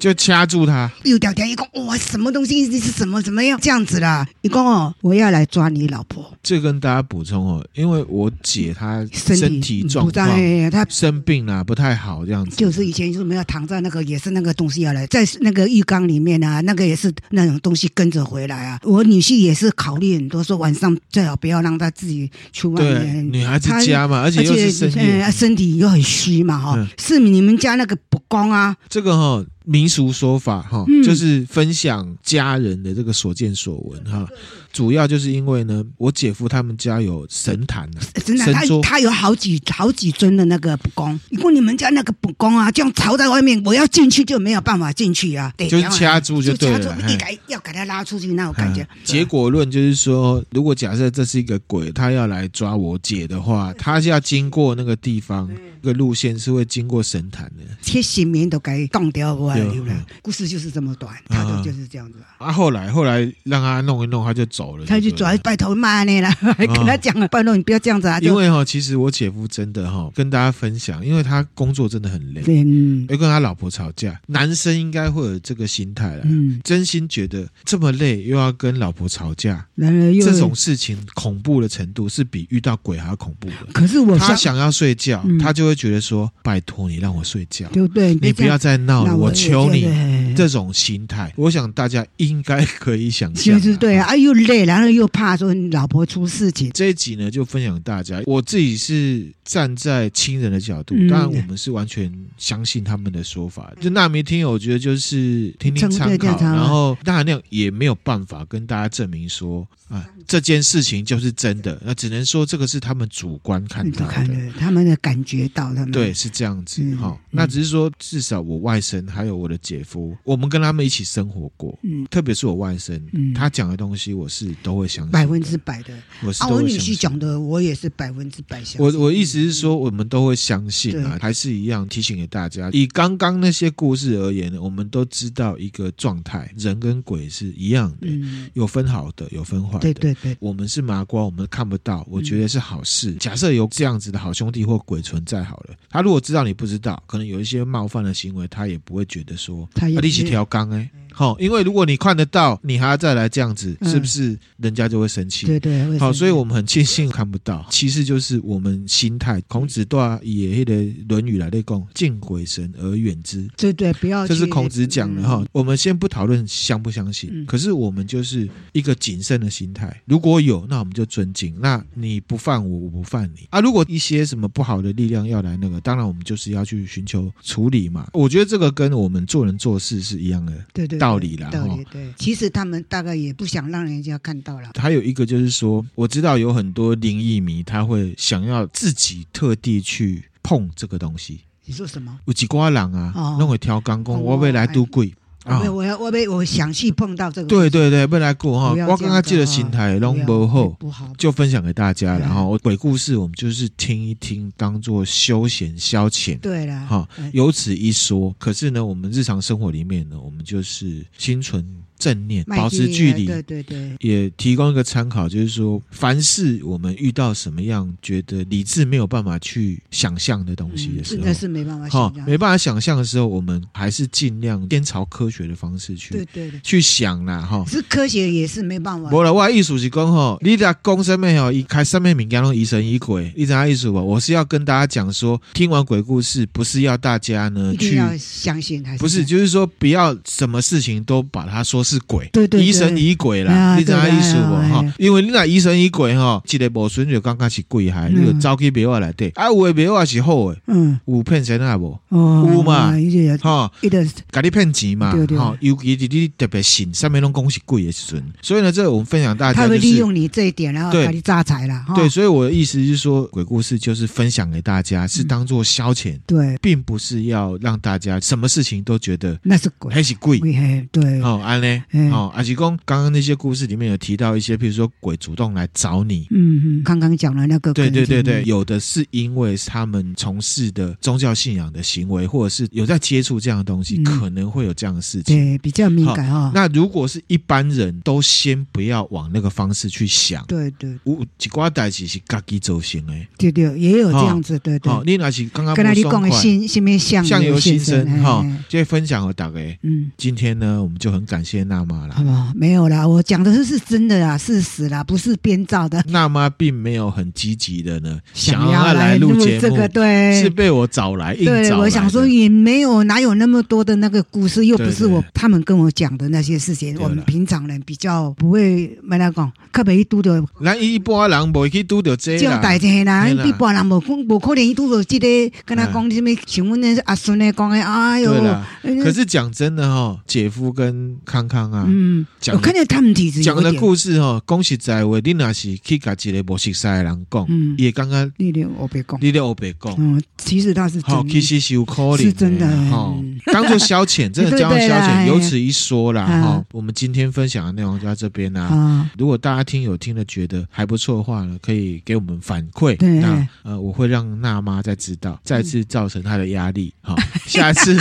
Speaker 2: 就掐住他。
Speaker 3: 又条条一讲，哇，什么东西是怎么怎么样这样子啦？你讲哦，我要来抓你老婆
Speaker 2: 这跟大家补充哦，因为我姐她
Speaker 3: 身体
Speaker 2: 身体状
Speaker 3: 不在
Speaker 2: 况，
Speaker 3: 哎她
Speaker 2: 生病啦、不太好这样子。
Speaker 3: 就是以前就是没有躺在那个也是那个东西要来，在那个浴缸里面啊，那个也是那种东西跟着回来啊。我女婿也是考虑很多，说晚上最好不要让他自己去外
Speaker 2: 对，
Speaker 3: 面。
Speaker 2: 女孩子
Speaker 3: 她
Speaker 2: 家嘛，而且
Speaker 3: 而
Speaker 2: 又
Speaker 3: 且
Speaker 2: 是深
Speaker 3: 呃
Speaker 2: 夜，
Speaker 3: 身体又很虚嘛哈、
Speaker 2: 嗯
Speaker 3: 是你们家那个不公啊，
Speaker 2: 这个哈、民俗说法哈、
Speaker 3: 嗯
Speaker 2: 就是分享家人的这个所见所闻哈、主要就是因为呢，我姐夫他们家有神坛啊，
Speaker 3: 真的，
Speaker 2: 神
Speaker 3: 他
Speaker 2: 桌
Speaker 3: 他有好几好几尊的那个不公，如果你们家那个不公啊，这样朝在外面，我要进去就没有办法进去啊，对，
Speaker 2: 就是
Speaker 3: 这样啊
Speaker 2: 掐住就
Speaker 3: 就
Speaker 2: 对了
Speaker 3: 掐住
Speaker 2: 嘿
Speaker 3: 一改要给他拉出去那种感觉。
Speaker 2: 嗯结果论就是说，如果假设这是一个鬼，他要来抓我姐的话，他是要经过那个地方，这个路线是会经过神坛的。
Speaker 3: 贴心棉都该冻掉我
Speaker 2: 对
Speaker 3: 流了。故事就是这么短，他
Speaker 2: 嗯啊
Speaker 3: 的就是这样子啊。
Speaker 2: 啊，后来后来让他弄一弄，他就走了。
Speaker 3: 他就
Speaker 2: 对不对
Speaker 3: 主要拜托骂你了， 还跟他讲了，拜托你不要这样子啊。就
Speaker 2: 因为哈、其实我姐夫真的哈、跟大家分享，因为他工作真的很累，
Speaker 3: 对，嗯
Speaker 2: 又跟他老婆吵架，男生应该会有这个心态啦。
Speaker 3: 嗯，
Speaker 2: 真心觉得这么累，又要跟老婆吵架，
Speaker 3: 然而又
Speaker 2: 这种，事情恐怖的程度是比遇到鬼还要恐怖的。
Speaker 3: 可是我
Speaker 2: 他
Speaker 3: 想，
Speaker 2: 哦想要睡觉，
Speaker 3: 嗯
Speaker 2: 他就会觉得说：“拜托你让我睡觉，
Speaker 3: 对不对？
Speaker 2: 你不要再闹了，
Speaker 3: 那
Speaker 2: 我求
Speaker 3: 也
Speaker 2: 你。
Speaker 3: 觉”得。哎
Speaker 2: 这种心态，我想大家应该可以想象
Speaker 3: 其
Speaker 2: 啊。
Speaker 3: 实对啊，啊又累，然后又怕说你老婆出事情，
Speaker 2: 这一集呢，就分享大家，我自己是站在亲人的角度，
Speaker 3: 嗯
Speaker 2: 当然我们是完全相信他们的说法。就纳米听友，我觉得就是听听参
Speaker 3: 对对
Speaker 2: 考，
Speaker 3: 对对
Speaker 2: 然后当然那样也没有办法跟大家证明说啊这件事情就是真的，那只能说这个是他们主观看
Speaker 3: 嗯你
Speaker 2: 到
Speaker 3: 都看
Speaker 2: 的。
Speaker 3: 了，他们的感觉到他们
Speaker 2: 对，，是这样子
Speaker 3: 嗯
Speaker 2: 哈、
Speaker 3: 嗯
Speaker 2: 那只是说，至少我外甥还有我的姐夫，我们跟他们一起生活过，
Speaker 3: 嗯
Speaker 2: 特别是我外甥，
Speaker 3: 嗯
Speaker 2: 他讲的东西我是都会相信的，
Speaker 3: 百分之百的
Speaker 2: 我是
Speaker 3: 啊，
Speaker 2: 都
Speaker 3: 我
Speaker 2: 会
Speaker 3: 女
Speaker 2: 相
Speaker 3: 婿
Speaker 2: 信。
Speaker 3: 讲的，我也是百分之百相信。
Speaker 2: 我我意思是说，我们都会相信啊，
Speaker 3: 对
Speaker 2: 还是一样提醒给大家。以刚刚那些故事而言呢，我们都知道一个状态，人跟鬼是一样的，
Speaker 3: 嗯，
Speaker 2: 有分好的，有分坏的。
Speaker 3: 对对对，
Speaker 2: 我们是麻瓜，我们看不到，
Speaker 3: 嗯
Speaker 2: 我觉得是好事。假设有这样子的好兄弟或鬼存在好了，他如果知道你不知道，可能有一些冒犯的行为，他也不会觉得说
Speaker 3: 他也
Speaker 2: 啊你是调缸哎，好，因为如果你看得到，你还要再来这样子，
Speaker 3: 嗯
Speaker 2: 是不是人家就会生气？
Speaker 3: 对对，会
Speaker 2: 好，
Speaker 3: 生
Speaker 2: 所以
Speaker 3: 气
Speaker 2: 我们很庆幸看不到。其次就是我们心态，孔子对以迄个《论语》来的讲，敬鬼神而远之。
Speaker 3: 对对，不要
Speaker 2: 这是
Speaker 3: 去
Speaker 2: 孔子讲的哈，，我们先不讨论相不相信，
Speaker 3: 嗯
Speaker 2: 可是我们就是一个谨慎的心态。如果有，那我们就尊敬；那你不犯我，我不犯你啊。如果一些什么不好的力量要来那个，当然我们就是要去寻求处理嘛。我觉得这个跟我们做人做事是一样的。
Speaker 3: 对对对
Speaker 2: 道理啦
Speaker 3: 道
Speaker 2: 哈
Speaker 3: 理对。其实他们大概也不想让人家看到了，
Speaker 2: 还有一个就是说，我知道有很多灵异迷，他会想要自己特地去碰这个东西。
Speaker 3: 你说什么？
Speaker 2: 有几瓜人啊
Speaker 3: 哦，
Speaker 2: 弄会挑钢工，
Speaker 3: 哦
Speaker 2: 我要来都贵啊
Speaker 3: 我。要我要我要我想去碰到这个，
Speaker 2: 对对对，要来过哈
Speaker 3: 不要，
Speaker 2: 我
Speaker 3: 这
Speaker 2: 刚
Speaker 3: 样
Speaker 2: 刚
Speaker 3: 子
Speaker 2: 记得
Speaker 3: 啊
Speaker 2: 心态
Speaker 3: 不
Speaker 2: 拢
Speaker 3: 要，
Speaker 2: 无好，
Speaker 3: 不好，
Speaker 2: 就分享给大家了
Speaker 3: 对
Speaker 2: 哈。我鬼故事我们就是听一听，当做休闲消遣。
Speaker 3: 对了，
Speaker 2: 哈
Speaker 3: 哎，
Speaker 2: 有此一说。可是呢，我们日常生活里面呢，我们就是心存正念，
Speaker 3: 迈进
Speaker 2: 保持距离，
Speaker 3: 啊对对对，
Speaker 2: 也提供一个参考，就是说，凡是我们遇到什么样觉得理智没有办法去想象的东西
Speaker 3: 嗯
Speaker 2: 的时
Speaker 3: 真
Speaker 2: 候，
Speaker 3: 的是没办法
Speaker 2: 哈
Speaker 3: 想象，
Speaker 2: 没办法想象的时候，我们还是尽量先朝科学的方式
Speaker 3: 对
Speaker 2: 去
Speaker 3: 对对，
Speaker 2: 去想啦，哈。
Speaker 3: 是科学也是没办法，
Speaker 2: 无啦，我的意思是讲吼，你俩讲什么吼，一开什么物件拢疑神疑鬼，你知道意思不？我是要跟大家讲说，听完鬼故事，不是要大家呢
Speaker 3: 一定
Speaker 2: 去
Speaker 3: 要相信还是
Speaker 2: 不是，就是说不要什么事情都把它说是鬼，
Speaker 3: 对对对
Speaker 2: 疑神疑鬼
Speaker 3: 哎
Speaker 2: 啦，
Speaker 3: 呀
Speaker 2: 你知道意思无
Speaker 3: 对啦
Speaker 2: 哈
Speaker 3: 哎呀？
Speaker 2: 因为你若疑神疑鬼吼，一个无顺就感觉是鬼害，
Speaker 3: 嗯
Speaker 2: 你就走去庙仔内底，啊有的庙仔是好的，
Speaker 3: 嗯
Speaker 2: 有骗钱啊无？
Speaker 3: 哦
Speaker 2: 有嘛
Speaker 3: 啊一点
Speaker 2: 吼，
Speaker 3: 一点
Speaker 2: 甲你骗钱嘛
Speaker 3: 对，对
Speaker 2: 吼，尤其是你特别信，上面拢讲是鬼的时阵，所以呢，这我们分享大
Speaker 3: 他
Speaker 2: 家
Speaker 3: 会
Speaker 2: 就
Speaker 3: 利
Speaker 2: 是。
Speaker 3: 用你这一点，然后
Speaker 2: 对
Speaker 3: 把你榨财了，哈
Speaker 2: 对，所以我的意思是说，鬼故事就是分享给大家，
Speaker 3: 嗯
Speaker 2: 是当做消遣，
Speaker 3: 对，
Speaker 2: 并不是要让大家什么事情都觉得
Speaker 3: 那是鬼，
Speaker 2: 还是鬼，
Speaker 3: 鬼嘿对，
Speaker 2: 哦，安呢？
Speaker 3: 嗯
Speaker 2: 哦，阿吉公，刚刚那些故事里面有提到一些，譬如说鬼主动来找你。
Speaker 3: 嗯，嗯，刚刚讲了那个，
Speaker 2: 对对对对，，有的是因为他们从事的宗教信仰的行为，或者是有在接触这样的东西，
Speaker 3: 嗯
Speaker 2: 可能会有这样的事情。
Speaker 3: 对，比啊较敏感哦哈。
Speaker 2: 那如果是一般人都先不要往那个方式去想，
Speaker 3: 对对
Speaker 2: 有几挂代志是自己走行的。
Speaker 3: 对对，也有这样子，对对
Speaker 2: 好、。你若是刚刚
Speaker 3: 跟他
Speaker 2: 不
Speaker 3: 你
Speaker 2: 爽
Speaker 3: 讲
Speaker 2: 快
Speaker 3: 的，心心面相
Speaker 2: 相由心生哈
Speaker 3: 嘿嘿，
Speaker 2: 这些分享给大家。
Speaker 3: 嗯。
Speaker 2: 今天呢，我们就很感谢娜妈
Speaker 3: 好
Speaker 2: 啦。
Speaker 3: 不好？没有啦，我讲的是是真的啦，事实啦，不是编造的。
Speaker 2: 娜妈并没有很积极的呢，
Speaker 3: 想
Speaker 2: 要来录
Speaker 3: 录
Speaker 2: 节目，
Speaker 3: 这个，对，
Speaker 2: 是被我找来硬
Speaker 3: 对，
Speaker 2: 找来
Speaker 3: 我想说
Speaker 2: 的
Speaker 3: 也没有哪有那么多的那个故事，又不是我
Speaker 2: 对对
Speaker 3: 他们跟我讲的那些事情，
Speaker 2: 对啦
Speaker 3: 我们平常人比较不会没来讲，特别一拄着
Speaker 2: 咱一般人不会去拄到这
Speaker 3: 这
Speaker 2: 个
Speaker 3: 种
Speaker 2: 啦。
Speaker 3: 代志啦，
Speaker 2: 嘿
Speaker 3: 咱
Speaker 2: 啦哎
Speaker 3: 一般人无讲无可能伊拄着即个，跟他讲什么，像阮那阿孙咧讲的，哎
Speaker 2: 对
Speaker 3: 哟，
Speaker 2: 啦，可是讲真的哈、姐夫跟康康啊，
Speaker 3: 嗯，
Speaker 2: 讲
Speaker 3: 我看见他们体质
Speaker 2: 讲
Speaker 3: 有一
Speaker 2: 的
Speaker 3: 点，
Speaker 2: 故事哈、讲实在话，你若是去甲一个无熟悉的人讲，
Speaker 3: 嗯
Speaker 2: 伊会感觉
Speaker 3: 力量我别讲，
Speaker 2: 你咧黑白讲。
Speaker 3: 嗯，其实他是
Speaker 2: 好，
Speaker 3: 真
Speaker 2: 其实是有可能
Speaker 3: 是真的
Speaker 2: 哈、哦
Speaker 3: 嗯，
Speaker 2: 当做消遣，真的叫做
Speaker 3: 对对
Speaker 2: 消
Speaker 3: 啦
Speaker 2: 遣。
Speaker 3: 哎
Speaker 2: 由此一说啦，哈、
Speaker 3: 嗯
Speaker 2: 我们今天分享的内容就到这边啦、
Speaker 3: 啊，
Speaker 2: 如果大家听友听了觉得还不错的话呢，可以给我们反馈。
Speaker 3: 对
Speaker 2: 那呃，我会让娜妈再知道，再次造成她的压力。 好、下次，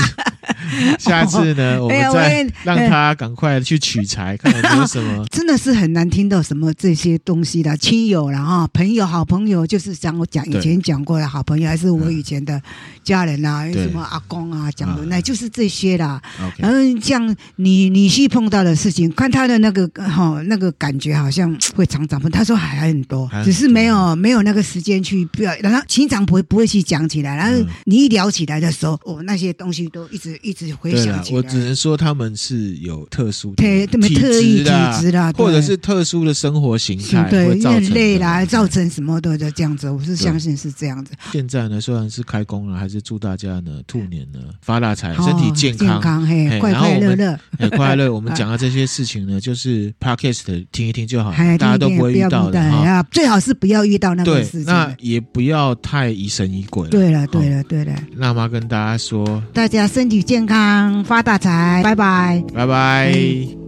Speaker 2: 下次呢，我
Speaker 3: 哎
Speaker 2: 们
Speaker 3: 呀我
Speaker 2: 再
Speaker 3: 也
Speaker 2: 让她赶快去取材，看有没有什 么。
Speaker 3: 真的是很难听到什么这些东西的，亲友啦哈，朋友、好朋友，就是像我讲
Speaker 2: 对
Speaker 3: 以前讲过的好朋友，还是我以前的家人啊，
Speaker 2: 对
Speaker 3: 什么阿公啊讲的，
Speaker 2: 啊
Speaker 3: 那就是这些啦。然
Speaker 2: OK，
Speaker 3: 后像你你去碰到的事情，看他的那个哈、那个感觉，好像会常常碰。他说还很多
Speaker 2: 还很，多
Speaker 3: 只是没有没有那个时间去不要，然后经常不会不会去讲起来。然
Speaker 2: 嗯
Speaker 3: 后你一聊起来的时候，哦，那些东西都一直一直回
Speaker 2: 对
Speaker 3: 想
Speaker 2: 了，
Speaker 3: 起来。
Speaker 2: 我只能说他们是有特殊的
Speaker 3: 特特别特异
Speaker 2: 质
Speaker 3: 体
Speaker 2: 啦，
Speaker 3: 质啦，
Speaker 2: 或者
Speaker 3: 啊对
Speaker 2: 是特殊的生活形态
Speaker 3: 嗯对，
Speaker 2: 会
Speaker 3: 因
Speaker 2: 造
Speaker 3: 为
Speaker 2: 成
Speaker 3: 累
Speaker 2: 的
Speaker 3: 啦，造成什么的就这样子，我是
Speaker 2: 对
Speaker 3: 相信是这样子。
Speaker 2: 现在呢，虽然是开工了，还是祝大家呢兔年呢发大财，
Speaker 3: 哦
Speaker 2: 哎身体健
Speaker 3: 健
Speaker 2: 康，
Speaker 3: 康，
Speaker 2: 嘿
Speaker 3: 嘿，快
Speaker 2: 然后
Speaker 3: 快
Speaker 2: 我们
Speaker 3: 乐乐，
Speaker 2: 很快 乐。我们讲到这些事情呢，就是 podcast 听一听就好了，
Speaker 3: 嘿
Speaker 2: 啊大家都
Speaker 3: 哎一定
Speaker 2: 不会
Speaker 3: 要
Speaker 2: 遇到的
Speaker 3: 哎
Speaker 2: 哈。
Speaker 3: 呀最好是不要遇到那个
Speaker 2: 对
Speaker 3: 事，
Speaker 2: 那
Speaker 3: 情。
Speaker 2: 也不要太疑神疑鬼了。
Speaker 3: 对了，
Speaker 2: 好
Speaker 3: 对，了，对了，
Speaker 2: 那妈跟大家说，
Speaker 3: 大家身体健康，发大财，拜拜。
Speaker 2: 拜拜。
Speaker 3: 嗯